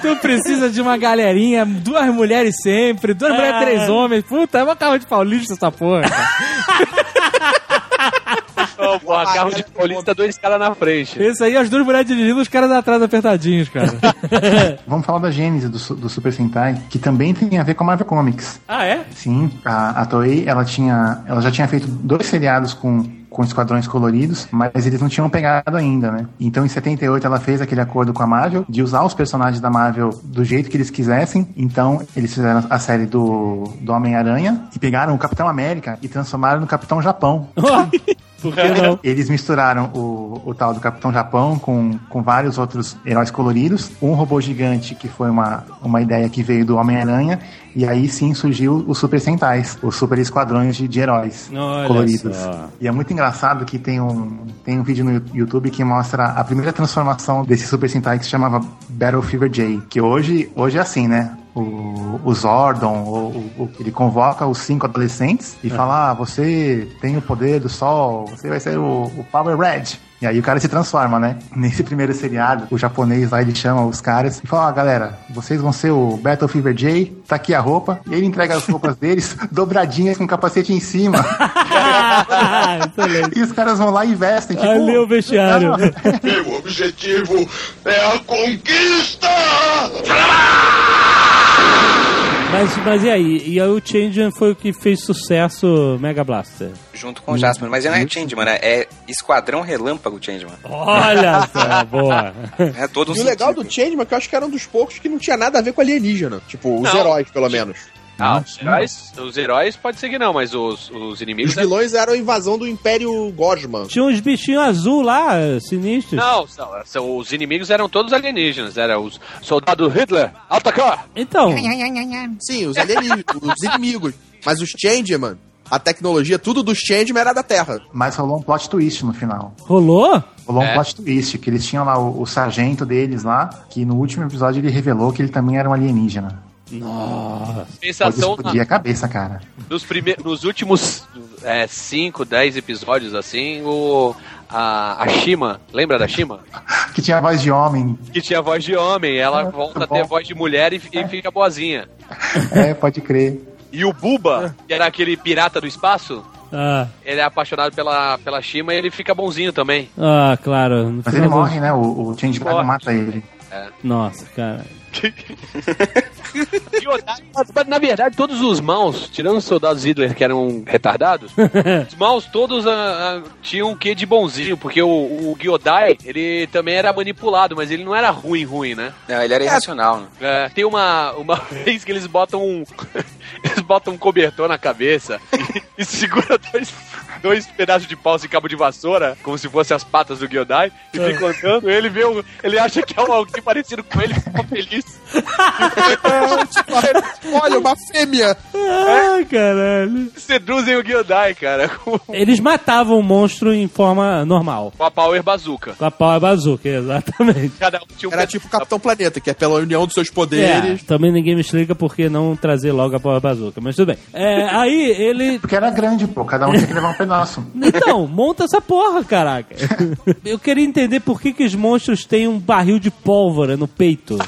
[SPEAKER 7] tu precisa de uma galerinha, duas mulheres sempre, duas mulheres, três homens. Puta, é uma carro de paulista essa porra. cara.
[SPEAKER 6] Ô, porra, carro de polícia, dois caras na frente.
[SPEAKER 7] Esse aí, as duas mulheres dirigindo, os caras atrás apertadinhos, cara.
[SPEAKER 3] Vamos falar da gênese do, su- do Super Sentai, que também tem a ver com a Marvel Comics.
[SPEAKER 1] Ah, é?
[SPEAKER 3] Sim, a, a Toei, ela tinha, ela já tinha feito dois seriados com com esquadrões coloridos, mas eles não tinham pegado ainda, né? Então, em 78, ela fez aquele acordo com a Marvel de usar os personagens da Marvel do jeito que eles quisessem. Então, eles fizeram a série do, do Homem-Aranha e pegaram o Capitão América e transformaram no Capitão Japão.
[SPEAKER 1] Por que não?
[SPEAKER 3] Eles misturaram o, o tal do Capitão Japão com, com vários outros heróis coloridos. Um robô gigante, que foi uma, uma ideia que veio do Homem-Aranha. E aí sim surgiu os Super Sentais, os Super Esquadrões de, de Heróis
[SPEAKER 1] Olha
[SPEAKER 3] coloridos.
[SPEAKER 1] só.
[SPEAKER 3] E é muito engraçado que tem um, tem um vídeo no Yu- YouTube que mostra a primeira transformação desse Super Sentai que se chamava Battle Fever J. Que hoje, hoje é assim, né? O, o Zordon, o- o- o- ele convoca os cinco adolescentes e fala: ah, você tem o poder do sol, você vai ser o, o Power Red. E aí o cara se transforma, né? Nesse primeiro seriado, o japonês lá, ele chama os caras e fala, ó, galera, vocês vão ser o Battle Fever J, tá aqui a roupa. E ele entrega as roupas deles, dobradinhas com capacete em cima.
[SPEAKER 1] Excelente.
[SPEAKER 3] e os caras vão lá e vestem, tipo...
[SPEAKER 1] Ali é o vestiário.
[SPEAKER 10] Meu objetivo é a conquista!
[SPEAKER 1] Mas, mas e aí? E aí o Changeman foi o que fez sucesso Mega Blaster.
[SPEAKER 4] Junto com o Jasper. Mas não é Changeman, né? É Esquadrão Relâmpago Changeman.
[SPEAKER 1] Olha só, boa.
[SPEAKER 4] É todo um
[SPEAKER 2] Hum. E o legal do
[SPEAKER 4] sentido.
[SPEAKER 2] Changeman é que eu acho que era um dos poucos que não tinha nada a ver com alienígena. Tipo, os
[SPEAKER 6] Não.
[SPEAKER 2] heróis, pelo menos.
[SPEAKER 6] Ah, os heróis, os heróis pode ser que não, mas os, os
[SPEAKER 2] Os
[SPEAKER 6] inimigos.
[SPEAKER 2] vilões eram a invasão do Império Gosman.
[SPEAKER 1] Tinha uns bichinhos azul lá, sinistros.
[SPEAKER 6] Não, são, são- os inimigos eram todos alienígenas. Era os soldado Hitler, atacar!
[SPEAKER 1] Então,
[SPEAKER 2] Sim, os alienígenas, os inimigos. Mas os Changeman, a tecnologia, tudo dos Changeman era da Terra.
[SPEAKER 3] Mas rolou um plot twist no final.
[SPEAKER 1] rolou?
[SPEAKER 3] Rolou um
[SPEAKER 6] É.
[SPEAKER 3] plot twist, que eles tinham lá o, o sargento deles lá, que no último episódio ele revelou que ele também era um alienígena. Pode
[SPEAKER 6] Sensação é na-
[SPEAKER 3] explodir a cabeça, cara.
[SPEAKER 6] nos, prime- nos últimos 5, 10 episódios, assim, o, a, a Shima, lembra da Shima?
[SPEAKER 3] Que tinha voz de homem.
[SPEAKER 6] Que tinha voz de homem, ela volta a ter
[SPEAKER 3] bom.
[SPEAKER 6] voz de mulher e, e fica boazinha.
[SPEAKER 3] É, pode crer.
[SPEAKER 6] E o Buba, que era aquele pirata do espaço,
[SPEAKER 1] Ah,
[SPEAKER 6] ele é apaixonado pela, pela Shima e ele fica bonzinho também.
[SPEAKER 1] ah, claro. no
[SPEAKER 3] Mas
[SPEAKER 1] final
[SPEAKER 3] ele
[SPEAKER 1] do-
[SPEAKER 3] morre, né? O, o Change Dragon
[SPEAKER 6] Morre.
[SPEAKER 3] mata ele.
[SPEAKER 1] Nossa, cara.
[SPEAKER 6] E o Otávio- mas, na verdade, todos os maus, tirando os soldados Hitler que eram retardados, os maus todos ah, ah, tinham o quê de bonzinho, porque o, o Giodai, ele também era manipulado, mas ele não era ruim, ruim, né?
[SPEAKER 4] Não, ele era irracional. né?
[SPEAKER 6] É, tem uma, uma vez que eles botam um. Eles botam um cobertor na cabeça e, e segura dois, dois pedaços de pau e cabo de vassoura, como se fossem as patas do Giodai, e
[SPEAKER 7] É.
[SPEAKER 6] fica andando. Ele vê o- ele acha que é um- alguém parecido com ele, fica feliz.
[SPEAKER 2] Tipo, Olha, uma fêmea!
[SPEAKER 1] Ah, caralho.
[SPEAKER 6] Seduzem o Giodai, cara, com
[SPEAKER 1] Eles matavam o monstro em forma normal.
[SPEAKER 6] a Power Bazooka.
[SPEAKER 1] Com a pau e bazooka, exatamente.
[SPEAKER 6] Cada um tinha um
[SPEAKER 2] Era tipo o Capitão Planeta, que é pela união dos seus
[SPEAKER 1] É,
[SPEAKER 2] poderes.
[SPEAKER 1] também ninguém me explica por que não trazer logo a pau e bazooka, mas tudo bem. É, aí ele
[SPEAKER 3] Porque era grande, pô. Cada um tinha que levar um pedaço.
[SPEAKER 1] Então, monta essa porra, caraca. Eu queria entender por que, que os monstros têm um barril de pólvora no peito.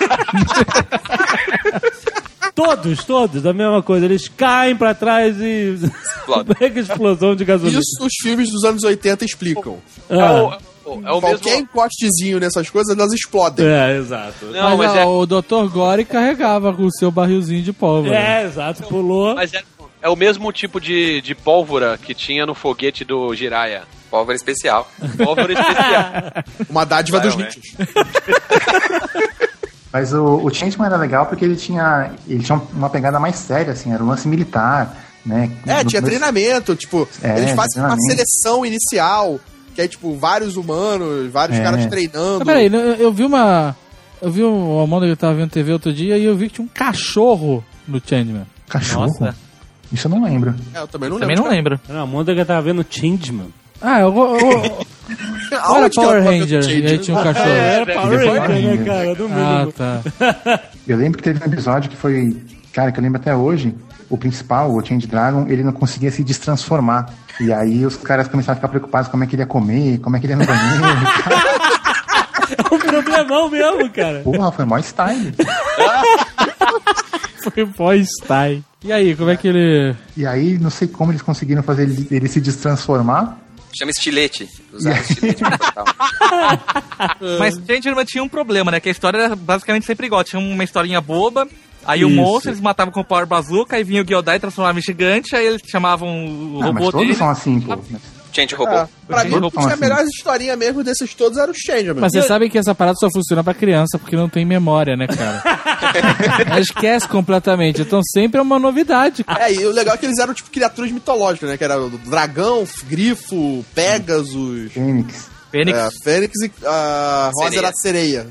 [SPEAKER 1] todos, todos, a mesma coisa. Eles caem pra trás e. Pega explosão de
[SPEAKER 7] É.
[SPEAKER 1] gasolina.
[SPEAKER 2] Isso os filmes dos anos 80 explicam.
[SPEAKER 6] É o,
[SPEAKER 1] Ah,
[SPEAKER 6] é o mesmo.
[SPEAKER 2] Qualquer encostezinho nessas coisas, elas explodem.
[SPEAKER 1] é, exato.
[SPEAKER 6] Não,
[SPEAKER 7] mas,
[SPEAKER 6] mas
[SPEAKER 7] ah,
[SPEAKER 6] é.
[SPEAKER 7] o Dr. Gore carregava com o seu barrilzinho de pólvora.
[SPEAKER 1] É, exato, pulou.
[SPEAKER 6] Mas é, é o mesmo tipo de, de pólvora que tinha no foguete do Jiraya.
[SPEAKER 4] Pólvora especial.
[SPEAKER 6] Pólvora especial.
[SPEAKER 2] Uma dádiva dos
[SPEAKER 6] é.
[SPEAKER 4] Vai, vai.
[SPEAKER 2] ninjas.
[SPEAKER 3] Mas o, o Changeman era legal porque ele tinha, ele tinha uma pegada mais séria, assim. Era um lance militar, né?
[SPEAKER 2] É,
[SPEAKER 3] No-
[SPEAKER 2] tinha
[SPEAKER 3] no-
[SPEAKER 2] treinamento, tipo,
[SPEAKER 3] É,
[SPEAKER 2] eles fazem uma
[SPEAKER 3] treinamento.
[SPEAKER 2] seleção inicial, que é tipo, vários humanos, vários
[SPEAKER 3] É.
[SPEAKER 2] caras treinando.
[SPEAKER 7] Mas peraí, eu, eu vi uma. Eu vi um Amanda que eu tava vendo TV outro dia e eu vi que tinha um cachorro no Changeman.
[SPEAKER 3] Cachorro?
[SPEAKER 5] Nossa.
[SPEAKER 3] Isso eu não lembro.
[SPEAKER 2] É, eu também não
[SPEAKER 5] Também
[SPEAKER 2] lembro.
[SPEAKER 5] não lembro.
[SPEAKER 1] Não, a Mônica tava vendo Changeman.
[SPEAKER 7] Ah, eu, eu, eu, olha
[SPEAKER 2] Aonde que é
[SPEAKER 7] Power
[SPEAKER 2] ela toca
[SPEAKER 7] Ranger.
[SPEAKER 2] Change?
[SPEAKER 7] E aí tinha um cachorro.
[SPEAKER 1] era É, Power Ranger,
[SPEAKER 3] Ranger.
[SPEAKER 1] né, cara? Do
[SPEAKER 7] Ah,
[SPEAKER 1] mínimo.
[SPEAKER 7] tá.
[SPEAKER 3] Eu lembro que teve um episódio que foi. Cara, que eu lembro até hoje. O principal, o Change Dragon, ele não conseguia se destransformar. E aí os caras começaram a ficar preocupados como é que ele ia comer, como é que ele ia no banheiro.
[SPEAKER 1] É um problemão mesmo, cara.
[SPEAKER 3] Porra, foi mó style.
[SPEAKER 1] Foi voz time.
[SPEAKER 7] E aí, como é que ele.
[SPEAKER 3] E aí, não sei como eles conseguiram fazer ele, ele se destransformar.
[SPEAKER 4] Chama estilete. Usava estilete né? pra cortar.
[SPEAKER 5] Mas Changeman tinha um problema, né? Que a história era basicamente sempre igual. Tinha uma historinha boba, aí o
[SPEAKER 1] Isso.
[SPEAKER 5] monstro eles matavam com o Power Bazooka, aí vinha o Giodai e transformava em gigante, aí eles chamavam o
[SPEAKER 3] Ah, mas
[SPEAKER 5] robô
[SPEAKER 3] todos
[SPEAKER 5] dele.
[SPEAKER 3] são assim, pô.
[SPEAKER 4] Change robô.
[SPEAKER 2] É, pra mim,
[SPEAKER 3] Vamos falar
[SPEAKER 2] a
[SPEAKER 3] assim.
[SPEAKER 2] melhor historinha mesmo desses todos era o Changeman.
[SPEAKER 7] Mas vocês sabem que essa parada só funciona pra criança porque não tem memória, né, cara? Ela esquece completamente. Então sempre é uma novidade.
[SPEAKER 2] É, e o legal é que eles eram tipo criaturas mitológicas, né? Que era o dragão, grifo, Pegasus,
[SPEAKER 3] Fênix.
[SPEAKER 5] Fênix.
[SPEAKER 2] é, Fênix e a Rosa
[SPEAKER 4] Sereia.
[SPEAKER 2] era a sereia.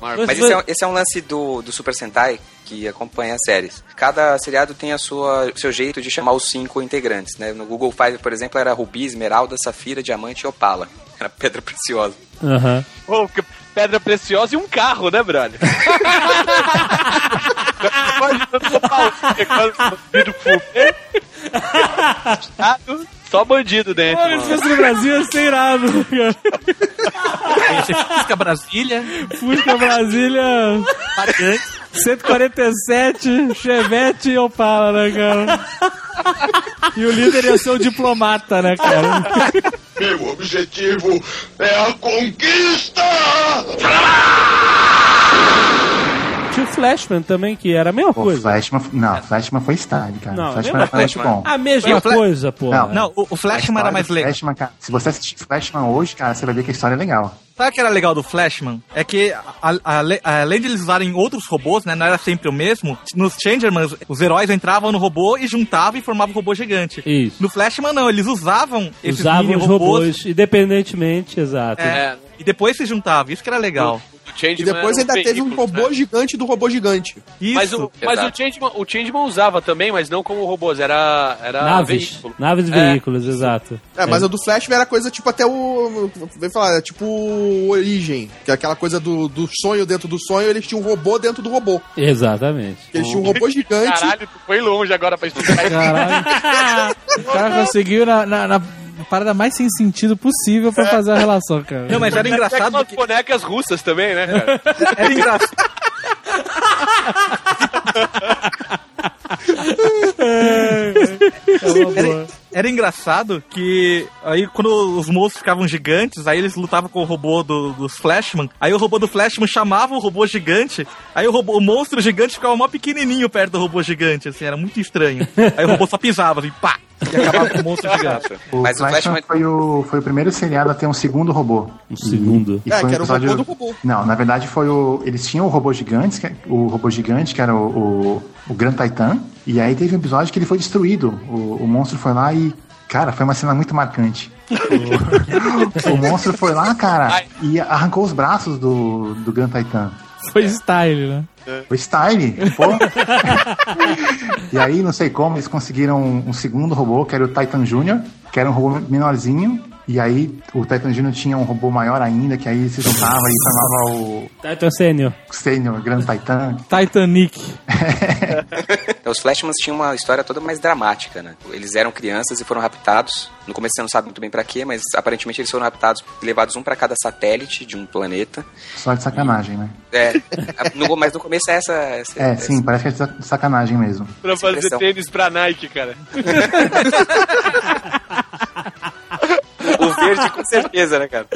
[SPEAKER 4] Mas esse é, um- esse é um lance do, do Super Sentai que acompanha as séries. Cada seriado tem a sua seu jeito de chamar os cinco integrantes, né? No Google Five, por exemplo, era Rubi, Esmeralda, Safira, Diamante e Opala. Era pedra preciosa.
[SPEAKER 3] É.
[SPEAKER 1] Aham.
[SPEAKER 6] Pô, que pedra preciosa e um carro, né, brother? Imagina o pau quando o vidro fumê. Só bandido dentro,
[SPEAKER 1] Olha, se
[SPEAKER 6] mano.
[SPEAKER 1] fosse no Brasil, ia ser irado. cara.
[SPEAKER 11] Você fica Brasília,
[SPEAKER 1] Fusca Brasília
[SPEAKER 11] Variante.
[SPEAKER 1] 147, Chevette e Opala, né, cara? E o líder ia ser o diplomata, né, cara?
[SPEAKER 10] Meu objetivo é a conquista!
[SPEAKER 1] Tinha o Flashman também, que era a mesma
[SPEAKER 3] Pô,
[SPEAKER 1] coisa.
[SPEAKER 3] Flashman, não, Flashman foi style, cara.
[SPEAKER 1] Não,
[SPEAKER 3] Flashman
[SPEAKER 1] lembra Ah,
[SPEAKER 3] era muito bom.
[SPEAKER 1] A mesma
[SPEAKER 11] o Flash-
[SPEAKER 1] coisa, pô.
[SPEAKER 3] Não.
[SPEAKER 11] Não, o, o
[SPEAKER 3] A
[SPEAKER 11] Flashman
[SPEAKER 3] história
[SPEAKER 11] era mais
[SPEAKER 3] do
[SPEAKER 11] legal.
[SPEAKER 3] Flashman, cara, se você assistir Flashman hoje, cara, você vai ver que a história é legal.
[SPEAKER 11] Sabe o que era legal do Flashman? É que, a- a- a- além de eles usarem outros robôs, né? Não era sempre o mesmo. Nos Changermans, os heróis entravam no robô e juntavam e formavam um robô gigante.
[SPEAKER 1] Isso.
[SPEAKER 11] No Flashman, não. Eles usavam esses
[SPEAKER 1] Usavam os
[SPEAKER 11] mini-robôs
[SPEAKER 1] robôs, independentemente, exato.
[SPEAKER 11] É, e depois se juntavam. Isso que era legal.
[SPEAKER 6] O Changeman
[SPEAKER 2] E depois
[SPEAKER 6] era
[SPEAKER 2] ainda teve um
[SPEAKER 6] veículo,
[SPEAKER 2] robô
[SPEAKER 6] né?
[SPEAKER 2] gigante do robô gigante.
[SPEAKER 11] Isso.
[SPEAKER 6] Mas, o, mas o,
[SPEAKER 4] Exato.
[SPEAKER 6] Changeman, o Changeman usava também, mas não como robôs, era, era
[SPEAKER 1] Naves.
[SPEAKER 6] veículo.
[SPEAKER 1] Naves e
[SPEAKER 6] É.
[SPEAKER 1] veículos, exato.
[SPEAKER 2] É, mas o do Flashman era coisa tipo até o. Vem falar, é tipo Origem. Que é aquela coisa do, do sonho dentro do sonho, eles tinham um robô dentro do robô.
[SPEAKER 1] Exatamente.
[SPEAKER 2] Eles tinham um robô gigante.
[SPEAKER 6] Caralho, tu foi longe agora pra
[SPEAKER 2] É
[SPEAKER 6] estudar isso.
[SPEAKER 7] Caralho. o cara conseguiu na, na- na parada mais sem sentido possível pra fazer a relação, cara.
[SPEAKER 11] Não, mas era
[SPEAKER 6] É
[SPEAKER 11] engraçado
[SPEAKER 6] aquelas
[SPEAKER 11] que...
[SPEAKER 6] bonecas russas também, né, cara?
[SPEAKER 11] Era engraçado.
[SPEAKER 7] É,
[SPEAKER 11] era, era engraçado que aí quando os moços ficavam gigantes, aí eles lutavam com o robô do- dos Flashman, aí o robô do Flashman chamava o robô gigante, aí o, robô- o monstro gigante ficava mó pequenininho perto do robô gigante, assim, era muito estranho. Aí o robô só pisava, assim, pá, e acabava com o monstro gigante.
[SPEAKER 3] O
[SPEAKER 4] Mas o é
[SPEAKER 3] Flashman,
[SPEAKER 4] Flashman-
[SPEAKER 3] foi, o, foi o primeiro seriado a ter um segundo robô.
[SPEAKER 1] O segundo.
[SPEAKER 2] É, que era o robô do robô.
[SPEAKER 3] um Não, na verdade foi o. Eles tinham o robô gigante, que- é, o robô gigante, que era o, o, o Gran Titan. E aí teve um episódio que ele foi destruído. O, o monstro foi lá e. Cara, foi uma cena muito marcante. O, o monstro foi lá, cara, e arrancou os braços do, do Gran Titan.
[SPEAKER 7] Foi style, né?
[SPEAKER 3] O Style, pô. e aí, não sei como, eles conseguiram um um segundo robô, que era o Titan Jr., que era um robô menorzinho. E aí, o Titan Jr. tinha um robô maior ainda, que aí se juntava e chamava o
[SPEAKER 1] Titan Senior.
[SPEAKER 3] Senior Grand Titan.
[SPEAKER 7] Titanic.
[SPEAKER 4] Então, os Flashmans tinham uma história toda mais dramática, né? Eles eram crianças e foram raptados. No começo você não sabe muito bem pra quê, mas aparentemente eles foram raptados e levados um pra cada satélite de um planeta.
[SPEAKER 3] Só de sacanagem, né?
[SPEAKER 4] É, a- no, mas no começo é essa. essa-
[SPEAKER 3] É,
[SPEAKER 4] essa-
[SPEAKER 3] sim, parece que é de sa- sacanagem mesmo.
[SPEAKER 6] pra fazer
[SPEAKER 4] expressão.
[SPEAKER 6] tênis pra Nike, cara.
[SPEAKER 4] O verde, com certeza, né, cara?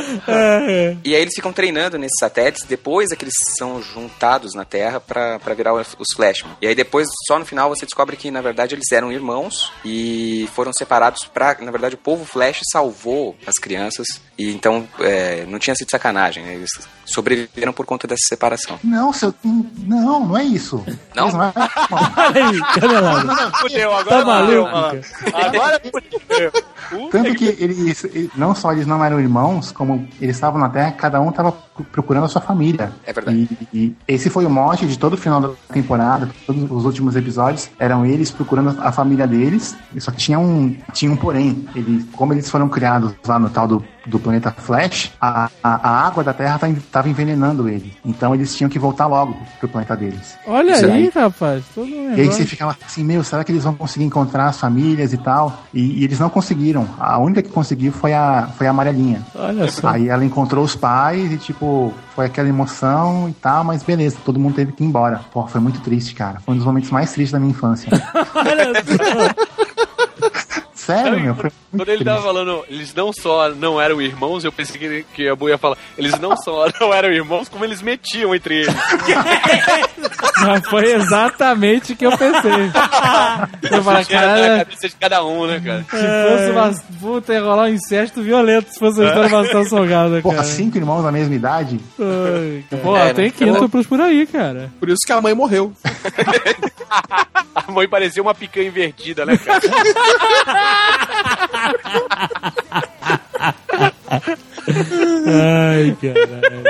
[SPEAKER 4] E aí eles ficam treinando nesses satélites, depois é que eles são juntados na Terra pra pra virar os os Flashman. E aí depois, só no final, você descobre que, na verdade, eles eram irmãos e foram separados pra... Na verdade, o povo Flash salvou as crianças e então é, não tinha sido sacanagem, né? Eles sobreviveram por conta dessa separação.
[SPEAKER 3] Não, seu. Não, não é isso.
[SPEAKER 4] Não?
[SPEAKER 3] Eles é- Bom,
[SPEAKER 1] Olha aí, canelada.
[SPEAKER 2] Ah,
[SPEAKER 6] Fudeu, agora
[SPEAKER 1] Tá maluco, cara?
[SPEAKER 6] Agora fudeu. Puta
[SPEAKER 3] tanto que eles, eles- não só eles não eram irmãos, como eles estavam na Terra, cada um estava procurando a sua família.
[SPEAKER 4] É verdade.
[SPEAKER 3] E, e esse foi o mote de todo o final da temporada, todos os últimos episódios eram eles procurando a família deles. E Só que tinha um, tinha um porém. Eles, como eles foram criados lá no tal do, do planeta Flash, a, a, a água da Terra estava envenenando eles. Então eles tinham que voltar logo pro planeta deles.
[SPEAKER 7] Olha
[SPEAKER 3] Isso é
[SPEAKER 7] aí,
[SPEAKER 3] aí.
[SPEAKER 7] rapaz. Todo um
[SPEAKER 3] E aí você
[SPEAKER 7] negócio.
[SPEAKER 3] fica lá assim, meu, será que eles vão conseguir encontrar as famílias e tal? E, e eles não conseguiram. A única que conseguiu foi a, foi a amarelinha.
[SPEAKER 1] Olha só.
[SPEAKER 3] Aí ela encontrou os pais e, tipo, foi aquela emoção e tal, mas beleza, todo mundo teve que ir embora. Pô, foi muito triste, cara. Foi um dos momentos mais tristes da minha infância.
[SPEAKER 1] Olha só.
[SPEAKER 3] Sério, meu? Foi muito
[SPEAKER 6] Quando ele tava
[SPEAKER 3] triste.
[SPEAKER 6] falando, eles não só não eram irmãos, eu pensei que, que a Bu ia falar, eles não só não eram irmãos, como eles metiam entre eles.
[SPEAKER 7] Mas foi exatamente o que eu pensei. Eu falei,
[SPEAKER 6] Isso era na
[SPEAKER 4] tá
[SPEAKER 7] cara,
[SPEAKER 6] cabeça de cada um, né, cara?
[SPEAKER 7] se fosse uma. Puta, ia rolar um incesto violento se
[SPEAKER 4] É.
[SPEAKER 7] fosse a história da Marcelo Salgado,
[SPEAKER 3] Porra,
[SPEAKER 7] cara.
[SPEAKER 3] cinco irmãos da mesma idade?
[SPEAKER 7] Ai, cara. Pô,
[SPEAKER 4] É,
[SPEAKER 7] tem
[SPEAKER 4] mas-
[SPEAKER 7] quíntuplos por aí, cara.
[SPEAKER 2] Por isso que a mãe morreu.
[SPEAKER 6] A mãe parecia uma picanha invertida, né, cara?
[SPEAKER 4] É.
[SPEAKER 1] Ai, caralho.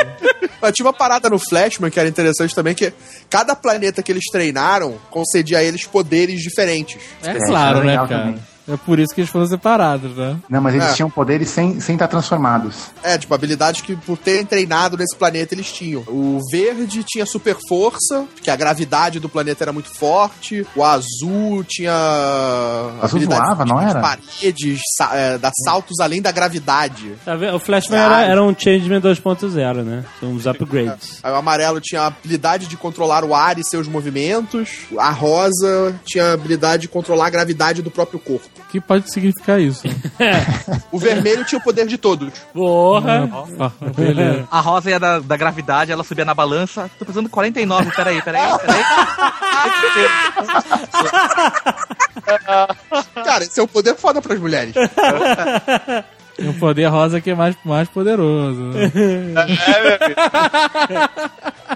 [SPEAKER 2] Mas tinha uma parada no Flashman que era interessante também, que cada planeta que eles treinaram concedia a eles poderes diferentes.
[SPEAKER 7] É
[SPEAKER 3] isso
[SPEAKER 7] claro,
[SPEAKER 3] era
[SPEAKER 7] né,
[SPEAKER 3] legal
[SPEAKER 7] cara?
[SPEAKER 3] também.
[SPEAKER 7] É por isso que eles foram separados, né?
[SPEAKER 3] Não, mas eles
[SPEAKER 2] É.
[SPEAKER 3] tinham poderes sem sem estar transformados.
[SPEAKER 2] É, tipo, habilidades que por terem treinado nesse planeta eles tinham. O verde tinha super força, porque a gravidade do planeta era muito forte. O azul tinha.
[SPEAKER 3] azul
[SPEAKER 2] habilidade
[SPEAKER 3] voava,
[SPEAKER 2] de-
[SPEAKER 3] não
[SPEAKER 2] de
[SPEAKER 3] era?
[SPEAKER 2] Paredes, sa- é, dar saltos além da gravidade.
[SPEAKER 1] Tá vendo? O Flashman era, era um Changeman 2.0, né? São uns upgrades.
[SPEAKER 2] Aí o amarelo tinha a habilidade de controlar o ar e seus movimentos. A rosa tinha a habilidade de controlar a gravidade do próprio corpo.
[SPEAKER 7] O que pode significar isso?
[SPEAKER 2] O vermelho tinha o poder de todos.
[SPEAKER 1] Porra! Né?
[SPEAKER 7] Beleza.
[SPEAKER 5] A Rosa ia da, da gravidade, ela subia na balança. Tô precisando de 49, peraí, peraí, peraí.
[SPEAKER 2] Cara, esse é um poder foda pras mulheres.
[SPEAKER 7] Tem um poder rosa que é mais, mais poderoso. né?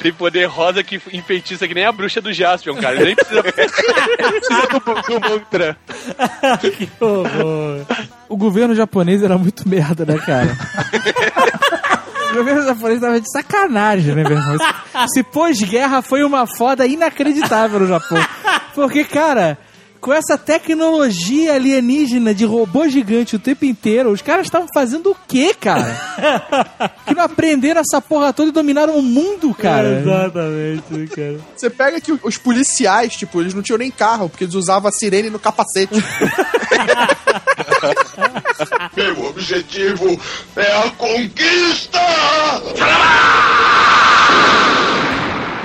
[SPEAKER 6] Tem poder rosa que enfeitiça que nem a bruxa do Jaspion, cara. Nem precisa, precisa do, do mantra.
[SPEAKER 7] O governo japonês era muito merda, né, cara? O governo japonês tava de sacanagem, né, meu irmão? Se pós-guerra foi uma foda inacreditável no Japão. Porque, cara, com essa tecnologia alienígena de robô gigante o tempo inteiro, os caras estavam fazendo o quê, cara? Que não aprenderam essa porra toda e dominaram o mundo, cara.
[SPEAKER 1] Exatamente, cara.
[SPEAKER 2] Você pega que os policiais, tipo, eles não tinham nem carro, porque eles usavam a sirene no capacete.
[SPEAKER 10] Meu objetivo é a conquista!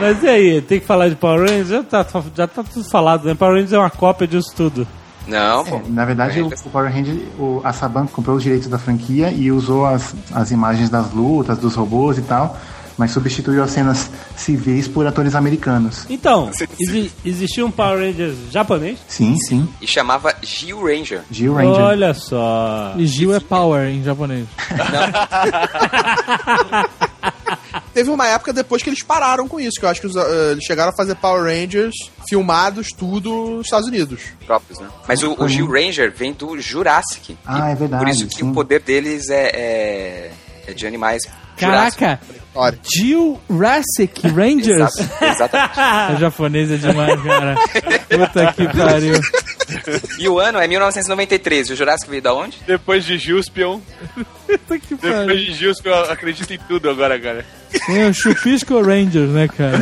[SPEAKER 1] Mas e aí, tem que falar de Power Rangers? Já tá, já tá tudo falado, né? Power Rangers é uma cópia disso tudo.
[SPEAKER 4] Não,
[SPEAKER 3] É,
[SPEAKER 4] pô.
[SPEAKER 3] na verdade, o, o Power Ranger, o, a Saban comprou os direitos da franquia e usou as, as imagens das lutas, dos robôs e tal, mas substituiu as cenas civis por atores americanos.
[SPEAKER 1] Então, exi- existia um Power Rangers japonês?
[SPEAKER 3] Sim, sim.
[SPEAKER 4] E chamava Geo Ranger.
[SPEAKER 3] Gil Ranger.
[SPEAKER 1] Olha só.
[SPEAKER 7] E Gil é power em japonês.
[SPEAKER 2] Teve uma época depois que eles pararam com isso, que eu acho que os, eh, eles chegaram a fazer Power Rangers filmados tudo nos Estados Unidos.
[SPEAKER 4] próprios, né? Mas o, o Geo Ranger vem do Jurassic.
[SPEAKER 3] Uhum. Ah,
[SPEAKER 4] E
[SPEAKER 3] é verdade,
[SPEAKER 4] Por isso que
[SPEAKER 3] sim.
[SPEAKER 4] o poder deles é, é, é de animais. Jurassic.
[SPEAKER 7] Caraca,
[SPEAKER 2] Olha, É
[SPEAKER 7] Jurassic Rangers?
[SPEAKER 4] Exato, exatamente.
[SPEAKER 5] Ah.
[SPEAKER 7] O japonês é demais, cara. Puta que pariu.
[SPEAKER 4] E o ano é 1993. E o Jurassic veio da onde?
[SPEAKER 6] Depois de Jaspion.
[SPEAKER 7] Puta que
[SPEAKER 6] Depois
[SPEAKER 7] pariu.
[SPEAKER 6] de Jaspion, eu acredito em tudo agora, cara.
[SPEAKER 1] É
[SPEAKER 7] Tem o Chupisco Rangers, né, cara?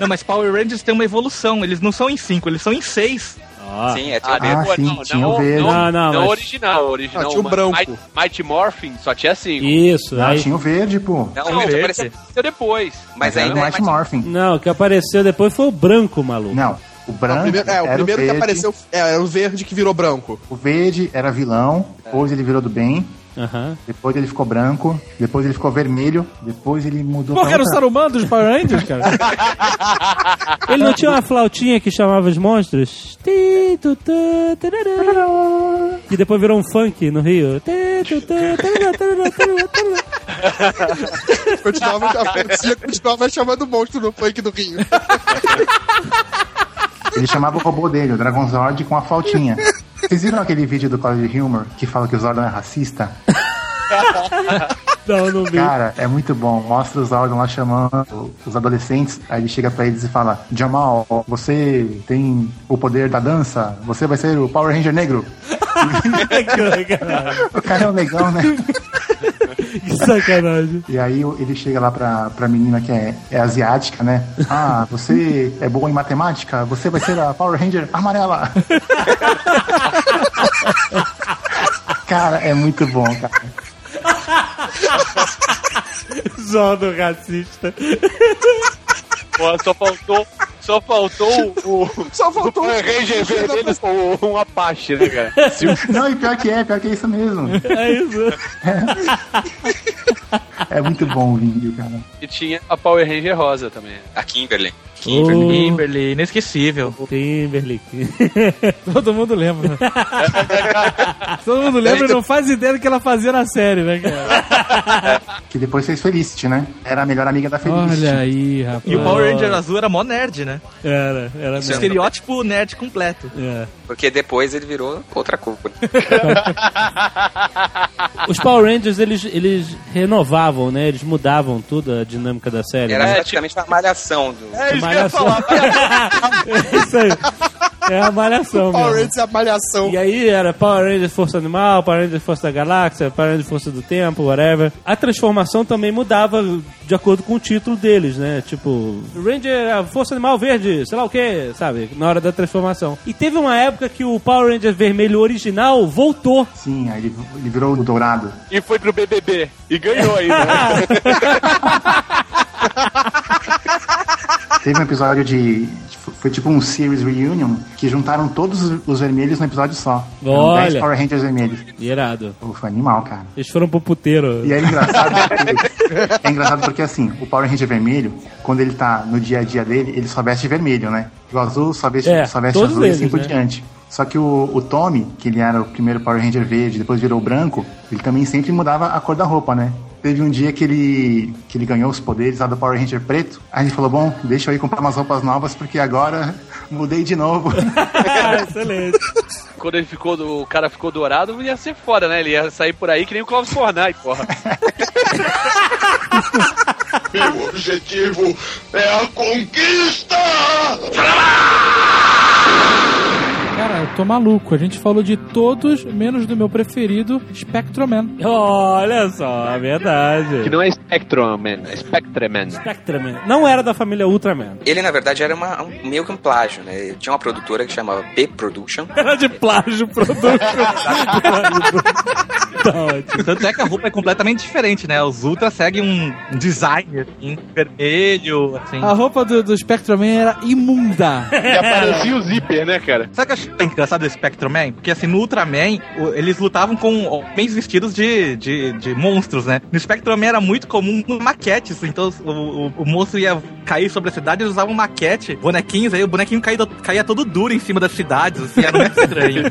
[SPEAKER 5] Não, mas Power Rangers tem uma evolução. Eles não são em 5, eles são em 6.
[SPEAKER 1] Ó.
[SPEAKER 4] Sim, é
[SPEAKER 6] Ah,
[SPEAKER 4] teoria.
[SPEAKER 6] depois-
[SPEAKER 3] sim, tinha o verde.
[SPEAKER 1] Não, não, mas-
[SPEAKER 6] original, original.
[SPEAKER 2] Ah, tinha o
[SPEAKER 6] mas
[SPEAKER 2] branco.
[SPEAKER 6] Might, Mighty Morphin só tinha cinco.
[SPEAKER 1] Isso,
[SPEAKER 3] Ah,
[SPEAKER 1] aí.
[SPEAKER 3] tinha o verde, pô.
[SPEAKER 4] Não,
[SPEAKER 6] Não,
[SPEAKER 4] o verde
[SPEAKER 6] apareceu
[SPEAKER 4] apareceu.
[SPEAKER 6] depois.
[SPEAKER 4] Mas
[SPEAKER 3] era
[SPEAKER 4] ainda
[SPEAKER 3] o
[SPEAKER 4] é
[SPEAKER 3] Mighty
[SPEAKER 4] mais-
[SPEAKER 3] Morphin.
[SPEAKER 1] Não, o que apareceu depois foi o branco, maluco.
[SPEAKER 3] Não, o branco
[SPEAKER 2] o primeiro, é, o
[SPEAKER 3] era
[SPEAKER 2] primeiro
[SPEAKER 3] o verde,
[SPEAKER 2] que apareceu é, era o verde que virou branco.
[SPEAKER 3] O verde era vilão, depois ele virou do bem,
[SPEAKER 1] Aham.
[SPEAKER 3] depois ele ficou branco, depois ele ficou vermelho, depois ele mudou
[SPEAKER 7] Porra,
[SPEAKER 3] pra
[SPEAKER 7] era o
[SPEAKER 3] outra-
[SPEAKER 7] Saruman dos Power Rangers, cara?
[SPEAKER 1] Ele não tinha uma flautinha que chamava os monstros? Ti, tu, tu, tarará. Que depois virou um funk no Rio. Ti, tu, tu, tarará, tarará, tarará, tarará.
[SPEAKER 2] Continuava, a franquia continuava chamando o monstro no funk do Rio.
[SPEAKER 3] Ele chamava o robô dele, o Dragon Zord, com a flautinha. Vocês viram aquele vídeo do College Humor que fala que o Zordon é racista?
[SPEAKER 1] Não, não vi.
[SPEAKER 3] Cara, é muito bom. Mostra o Zordon lá chamando os adolescentes. Aí ele chega pra eles e fala: Jamal, você tem o poder da dança? Você vai ser o Power Ranger negro? O cara é um negão, né?
[SPEAKER 1] que sacanagem.
[SPEAKER 3] E aí ele chega lá pra, pra menina que é, é asiática, né? Ah, você é boa em matemática? Você vai ser a Power Ranger amarela. cara, é muito bom, cara.
[SPEAKER 1] Zono racista.
[SPEAKER 6] Pô, só faltou. Só faltou o. o
[SPEAKER 2] Só faltou
[SPEAKER 6] Power Ranger vermelho ou um Apache, né, cara? Se o-
[SPEAKER 3] Não, e pior que é, pior que é isso mesmo.
[SPEAKER 1] É isso.
[SPEAKER 3] É muito bom o vídeo, cara.
[SPEAKER 6] E tinha a Power Ranger rosa também.
[SPEAKER 4] A Kimberly.
[SPEAKER 1] Oh,
[SPEAKER 5] Kimberly, inesquecível.
[SPEAKER 1] Kimberly.
[SPEAKER 7] Todo mundo lembra. Todo mundo lembra e não faz ideia do que ela fazia na série, né, cara?
[SPEAKER 3] Que depois fez Felicity, né? Era a melhor amiga da Felicity.
[SPEAKER 7] Olha aí,
[SPEAKER 5] E o
[SPEAKER 7] rapaz.
[SPEAKER 5] Power Ranger azul era mó nerd, né?
[SPEAKER 1] Era, era mesmo.
[SPEAKER 5] Estereótipo nerd completo.
[SPEAKER 1] É.
[SPEAKER 4] Porque depois ele virou outra né? culpa.
[SPEAKER 1] Os Power Rangers, eles, eles renovavam, né? Eles mudavam tudo a dinâmica da
[SPEAKER 7] É
[SPEAKER 1] série.
[SPEAKER 4] Era
[SPEAKER 1] né?
[SPEAKER 4] praticamente uma malhação do.
[SPEAKER 6] É
[SPEAKER 1] Malhação. isso aí. É a malhação.
[SPEAKER 2] Power
[SPEAKER 1] mesmo.
[SPEAKER 2] Rangers é a malhação.
[SPEAKER 1] E aí era Power Rangers Força Animal, Power Rangers Força da Galáxia, Power Rangers Força do Tempo, whatever. A transformação também mudava de acordo com o título deles, né? Tipo, Ranger, a Força Animal Verde, sei lá o que, sabe? Na hora da transformação. E teve uma época que o Power Ranger Vermelho original voltou.
[SPEAKER 3] Sim, aí ele, ele virou o dourado.
[SPEAKER 6] E foi pro BBB. E ganhou ainda.
[SPEAKER 3] Teve um episódio de. tipo, Foi tipo um series reunion que juntaram todos os- os vermelhos num episódio só. Eram
[SPEAKER 1] Olha.
[SPEAKER 3] 10 Power Rangers vermelhos.
[SPEAKER 1] Irado.
[SPEAKER 3] Pô, foi animal, cara.
[SPEAKER 1] Eles foram pro puteiro.
[SPEAKER 3] E é engraçado. é engraçado porque assim, o Power Ranger vermelho, quando ele tá no dia a dia dele, ele só veste vermelho, né? O azul só veste,
[SPEAKER 1] É,
[SPEAKER 3] só veste
[SPEAKER 1] todos
[SPEAKER 3] azul e assim
[SPEAKER 1] eles,
[SPEAKER 3] por
[SPEAKER 1] né?
[SPEAKER 3] diante. Só que o, o Tommy, que ele era o primeiro Power Ranger verde, depois virou branco, ele também sempre mudava a cor da roupa, né? Teve um dia que ele, que ele ganhou os poderes lá do Power Ranger preto. Aí a gente falou: Bom, deixa eu ir comprar umas roupas novas, porque agora mudei de novo.
[SPEAKER 1] Excelente.
[SPEAKER 6] Quando ele ficou, do- o cara ficou dourado, ia ser foda, né? Ele ia sair por aí que nem o Cláudio Fornai, porra.
[SPEAKER 10] Meu objetivo é a conquista!
[SPEAKER 7] Cara, eu tô maluco. A gente falou de todos, menos do meu preferido, Spectroman.
[SPEAKER 1] Olha só, é verdade.
[SPEAKER 6] Que não é Spectrum Man, é Spectrum Man.
[SPEAKER 1] Spectreman. Não era da família Ultraman.
[SPEAKER 4] Ele, na verdade, era uma- um- meio que um plágio, né? Tinha uma produtora que chamava B Production.
[SPEAKER 1] Era de plágio produto. tá ótimo.
[SPEAKER 5] Tanto é que a roupa é completamente diferente, né? Os Ultra seguem um design assim, vermelho, assim.
[SPEAKER 7] A roupa do, do Spectroman era imunda.
[SPEAKER 6] E aparecia É, o zíper, né, cara?
[SPEAKER 5] Sabe o que eu achei engraçado do Spectrum Man? Porque assim, no Ultraman, o- eles lutavam com homens vestidos de, de, de monstros, né? No Spectrum Man era muito comum maquetes, então o, o, o monstro ia cair sobre a cidade, eles usavam maquete, bonequinhos, aí o bonequinho caía, caía todo duro em cima das cidades, assim, era muito estranho.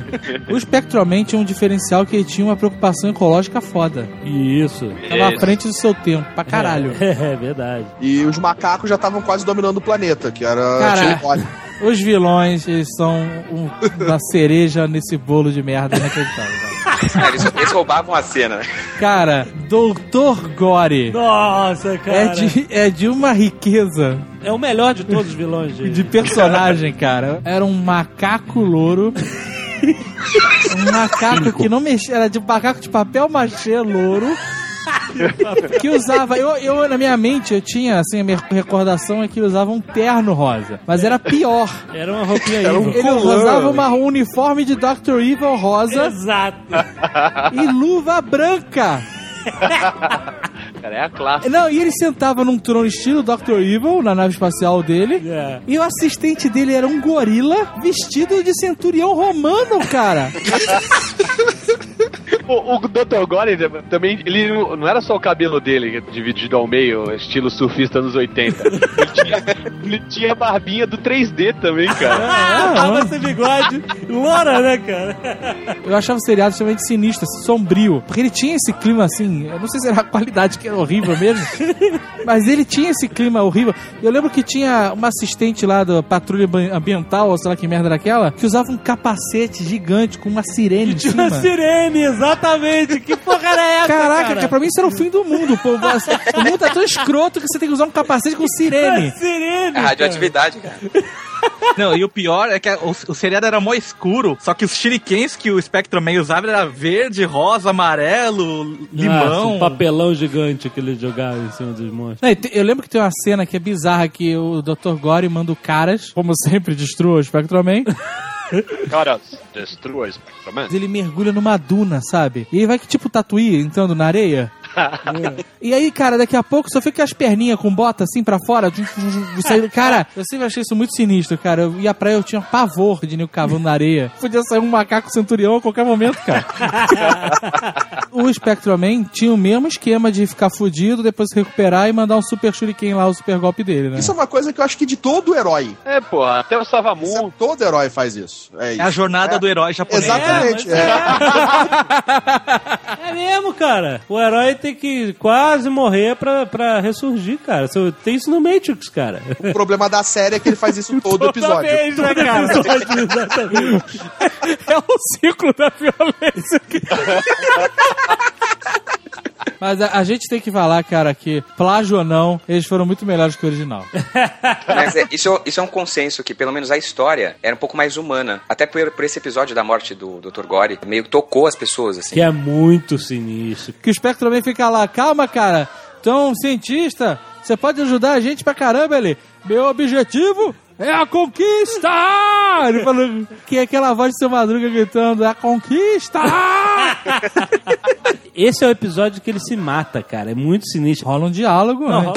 [SPEAKER 7] O Spectroman tinha um diferencial que ele tinha uma preocupação ecológica foda.
[SPEAKER 1] Isso.
[SPEAKER 7] Tava à frente do seu tempo, pra caralho.
[SPEAKER 1] É, é verdade.
[SPEAKER 2] E os macacos já estavam quase dominando o planeta, que era
[SPEAKER 7] Cara.
[SPEAKER 2] Chillicothe.
[SPEAKER 7] Os vilões, eles são um- uma cereja nesse bolo de merda inacreditável. cara.
[SPEAKER 4] Ah, eles, eles roubavam a cena.
[SPEAKER 7] Cara, Doutor Gore.
[SPEAKER 1] Nossa, cara.
[SPEAKER 7] É de, é de uma riqueza
[SPEAKER 1] É o melhor de todos os vilões, gente.
[SPEAKER 7] de personagem, cara. Era um macaco louro. Um macaco que não mexia, era de macaco de papel machê louro. Que usava, eu, eu na minha mente eu tinha assim, a minha recordação é que ele usava um terno rosa, mas era pior.
[SPEAKER 1] Era um uma roupinha aí.
[SPEAKER 7] Ele usava uma- um uniforme de Dr. Evil rosa
[SPEAKER 1] Exato.
[SPEAKER 7] e luva branca.
[SPEAKER 6] Cara, é a classe.
[SPEAKER 7] Não, e ele sentava num trono estilo Dr. Evil na nave espacial dele.
[SPEAKER 1] É.
[SPEAKER 7] E o assistente dele era um gorila vestido de centurião romano, cara.
[SPEAKER 6] O, o Dr. Gore também, ele não, não era só o cabelo dele dividido ao meio, estilo surfista anos 80. Ele tinha, ele tinha a barbinha do 3D também,
[SPEAKER 7] Ah,
[SPEAKER 6] cara.
[SPEAKER 1] Barba sem bigode. Ah, Lora, né, cara?
[SPEAKER 7] ah, Eu achava o seriado extremamente sinistro, assim, sombrio. Porque ele tinha esse clima assim, eu não sei se era a qualidade que era horrível mesmo, mas ele tinha esse clima horrível. Eu lembro que tinha uma assistente lá da patrulha ambi- ambiental, ou sei lá que merda era aquela, que usava um capacete gigante com uma sirene em
[SPEAKER 1] Tinha uma
[SPEAKER 7] cima.
[SPEAKER 1] sirene, exatamente. Que porra era essa,
[SPEAKER 7] Caraca,
[SPEAKER 1] cara?
[SPEAKER 7] cara, pra mim isso era o fim do mundo, pô. O mundo tá tão escroto que você tem que usar um capacete com
[SPEAKER 1] É
[SPEAKER 7] sirene.
[SPEAKER 1] sirene.
[SPEAKER 4] É radioatividade, cara.
[SPEAKER 5] Não, e o pior é que o, o seriado era mó escuro, só que os shurikens que o Spectrum Man usava era verde, rosa, amarelo,
[SPEAKER 1] Nossa,
[SPEAKER 5] limão.
[SPEAKER 1] um papelão gigante que ele jogava em cima dos monstros.
[SPEAKER 7] Não, e te- eu lembro que tem uma cena que é bizarra que o Dr. Gore manda o caras, como sempre, destrua o Spectroman.
[SPEAKER 6] Cara, destrua Spectrum Man.
[SPEAKER 7] Mas ele mergulha numa duna, sabe? E ele vai que tipo tatuí entrando na areia. e aí, cara, daqui a pouco só fica as perninhas com bota assim pra fora. zum, zum, zum, saindo. Cara, eu sempre achei isso muito sinistro, cara. Eu ia pra eu tinha pavor de nego cavando na areia. Podia sair um macaco centurião a qualquer momento, cara. o Spectroman tinha o mesmo esquema de ficar fudido, depois se recuperar e mandar um super shuriken lá, o super golpe dele, né?
[SPEAKER 2] Isso é uma coisa que eu acho que de todo herói.
[SPEAKER 6] É, porra, até o
[SPEAKER 2] Isso é-
[SPEAKER 6] Savamun.
[SPEAKER 2] todo herói faz isso. É
[SPEAKER 5] É a
[SPEAKER 2] isso.
[SPEAKER 5] jornada do herói japonês.
[SPEAKER 2] Exatamente.
[SPEAKER 1] É,
[SPEAKER 2] é.
[SPEAKER 1] É mesmo, cara. O herói tem que quase morrer pra, pra ressurgir, cara. Você- Tem isso no Matrix, cara.
[SPEAKER 2] O problema da série é que ele faz isso em todo episódio.
[SPEAKER 1] Toda vez, né, cara? Exatamente.
[SPEAKER 7] É o ciclo da violência. Mas a, a gente tem que falar, cara, que plágio ou não, eles foram muito melhores que o original.
[SPEAKER 4] Mas é, isso, isso é um consenso que, pelo menos, a história era um pouco mais humana. Até por, por esse episódio da morte do Dr. Gore, meio que tocou as pessoas, assim.
[SPEAKER 1] Que é muito sinistro.
[SPEAKER 7] Que o espectro também fica lá, calma, cara. Então, cientista, você pode ajudar a gente pra caramba ele. Meu objetivo é a conquista! Ele falou que é aquela voz de seu madruga gritando, a conquista!
[SPEAKER 1] Esse é o episódio que ele se mata, cara. É muito sinistro.
[SPEAKER 7] Rola um diálogo, né?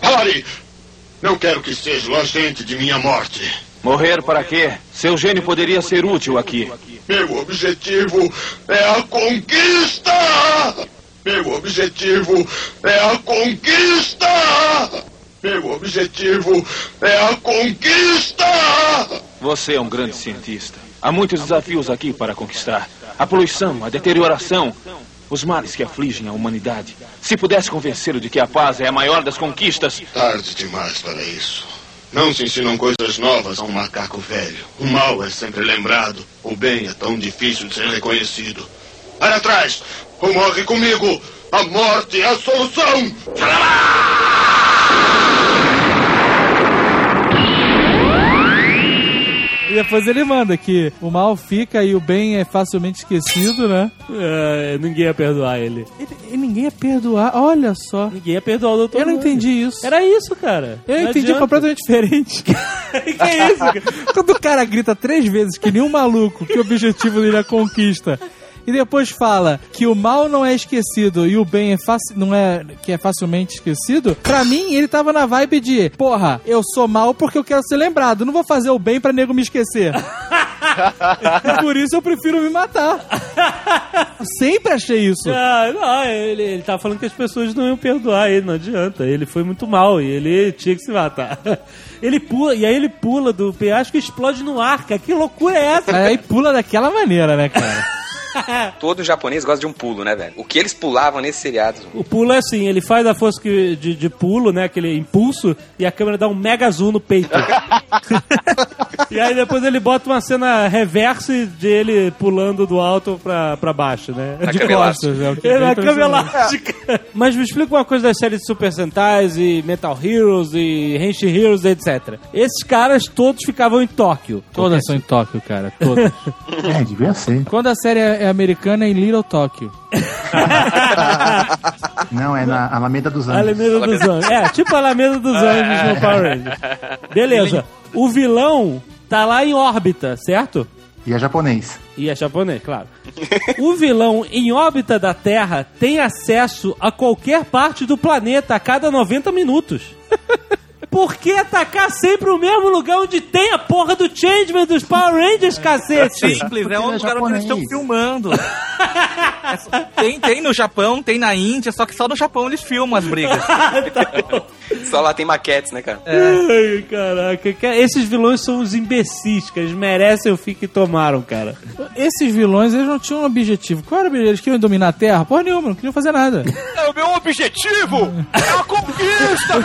[SPEAKER 10] Pare! Não quero que seja o agente de minha morte.
[SPEAKER 12] Morrer para quê? Seu gênio poderia ser útil aqui.
[SPEAKER 10] Meu objetivo é a conquista! Meu objetivo é a conquista! Meu objetivo é a conquista!
[SPEAKER 12] Você é um grande cientista. Há muitos desafios aqui para conquistar: a poluição, a deterioração, os males que afligem a humanidade. Se pudesse convencê-lo de que a paz é a maior das conquistas.
[SPEAKER 10] Tarde demais para isso. Não se ensinam coisas novas a um macaco velho. O mal é sempre lembrado. O bem é tão difícil de ser reconhecido. Para trás! Ou morre comigo! A morte é a solução!
[SPEAKER 7] E depois ele manda que o mal fica e o bem é facilmente esquecido, né?
[SPEAKER 1] É, ninguém ia perdoar ele.
[SPEAKER 7] E, e ninguém ia perdoar, olha só.
[SPEAKER 1] Ninguém ia perdoar o doutor.
[SPEAKER 7] Eu não entendi isso.
[SPEAKER 1] Era isso, cara.
[SPEAKER 7] Eu
[SPEAKER 1] Não
[SPEAKER 7] entendi
[SPEAKER 1] adianta.
[SPEAKER 7] completamente diferente. que é isso? cara? Quando o cara grita três vezes que nem um maluco, que o objetivo dele é a conquista. E depois fala que o mal não é esquecido e o bem é faci- não é que é facilmente esquecido. Pra mim, ele tava na vibe de, porra, eu sou mal porque eu quero ser lembrado, não vou fazer o bem pra nego me esquecer. E Por isso eu prefiro me matar. Sempre achei isso.
[SPEAKER 1] Ah, não, ele, ele tava falando que as pessoas não iam perdoar ele, não adianta. Ele foi muito mal e ele tinha que se matar. Ele pula, e aí ele pula do penhasco e explode no ar, cara. Que loucura é essa?
[SPEAKER 7] Aí pula daquela maneira, né, cara?
[SPEAKER 4] Todo japonês gosta de um pulo, né, velho? O que eles pulavam nesse seriado?
[SPEAKER 1] O pulo é assim, ele faz a força que- de, de pulo, né? Aquele impulso, e a câmera dá um mega zoom no peito. e aí depois ele bota uma cena reverse dele pulando do alto pra, pra baixo, né?
[SPEAKER 4] Na
[SPEAKER 7] De
[SPEAKER 4] cama elástica.
[SPEAKER 7] costas, é o que
[SPEAKER 1] É,
[SPEAKER 7] bem
[SPEAKER 1] na cama
[SPEAKER 7] impressionante.
[SPEAKER 1] elástica. É. Mas me explica uma coisa das séries de Super Sentais e Metal Heroes e Henshin Heroes, etc. Esses caras todos ficavam em Tóquio.
[SPEAKER 7] Todas são em Tóquio, cara. Todas.
[SPEAKER 3] É, devia ser.
[SPEAKER 7] Quando a série é é americana, é em Little Tóquio.
[SPEAKER 3] Não, é na Alameda dos Anjos.
[SPEAKER 1] Alameda dos Anjos. É, tipo a Alameda dos
[SPEAKER 7] Ah,
[SPEAKER 1] Anjos
[SPEAKER 7] é.
[SPEAKER 1] no Power Rangers. Beleza. O vilão tá lá em órbita, certo?
[SPEAKER 3] E é japonês.
[SPEAKER 1] E é japonês, claro. O vilão em órbita da
[SPEAKER 7] Ah.
[SPEAKER 1] Terra tem acesso a qualquer parte do planeta a cada 90 minutos. Por que tá atacar sempre o mesmo lugar onde tem a porra do Changeman dos Power Rangers, cacete?
[SPEAKER 5] Simples, é
[SPEAKER 3] Porque
[SPEAKER 5] um
[SPEAKER 3] ele é
[SPEAKER 5] lugar onde eles estão
[SPEAKER 3] japonês.
[SPEAKER 5] filmando. tem, tem no Japão, tem na Índia, só que só no Japão eles filmam as brigas.
[SPEAKER 4] Só lá tem maquetes, né, cara?
[SPEAKER 1] Ai, caraca, cara, esses vilões são os imbecis, cara. Eles merecem o fim que tomaram, cara.
[SPEAKER 7] Esses vilões, eles não tinham um objetivo. Qual era o objetivo? Eles queriam dominar a Terra? Porra nenhuma, não queriam fazer nada.
[SPEAKER 10] É o meu objetivo! É a conquista!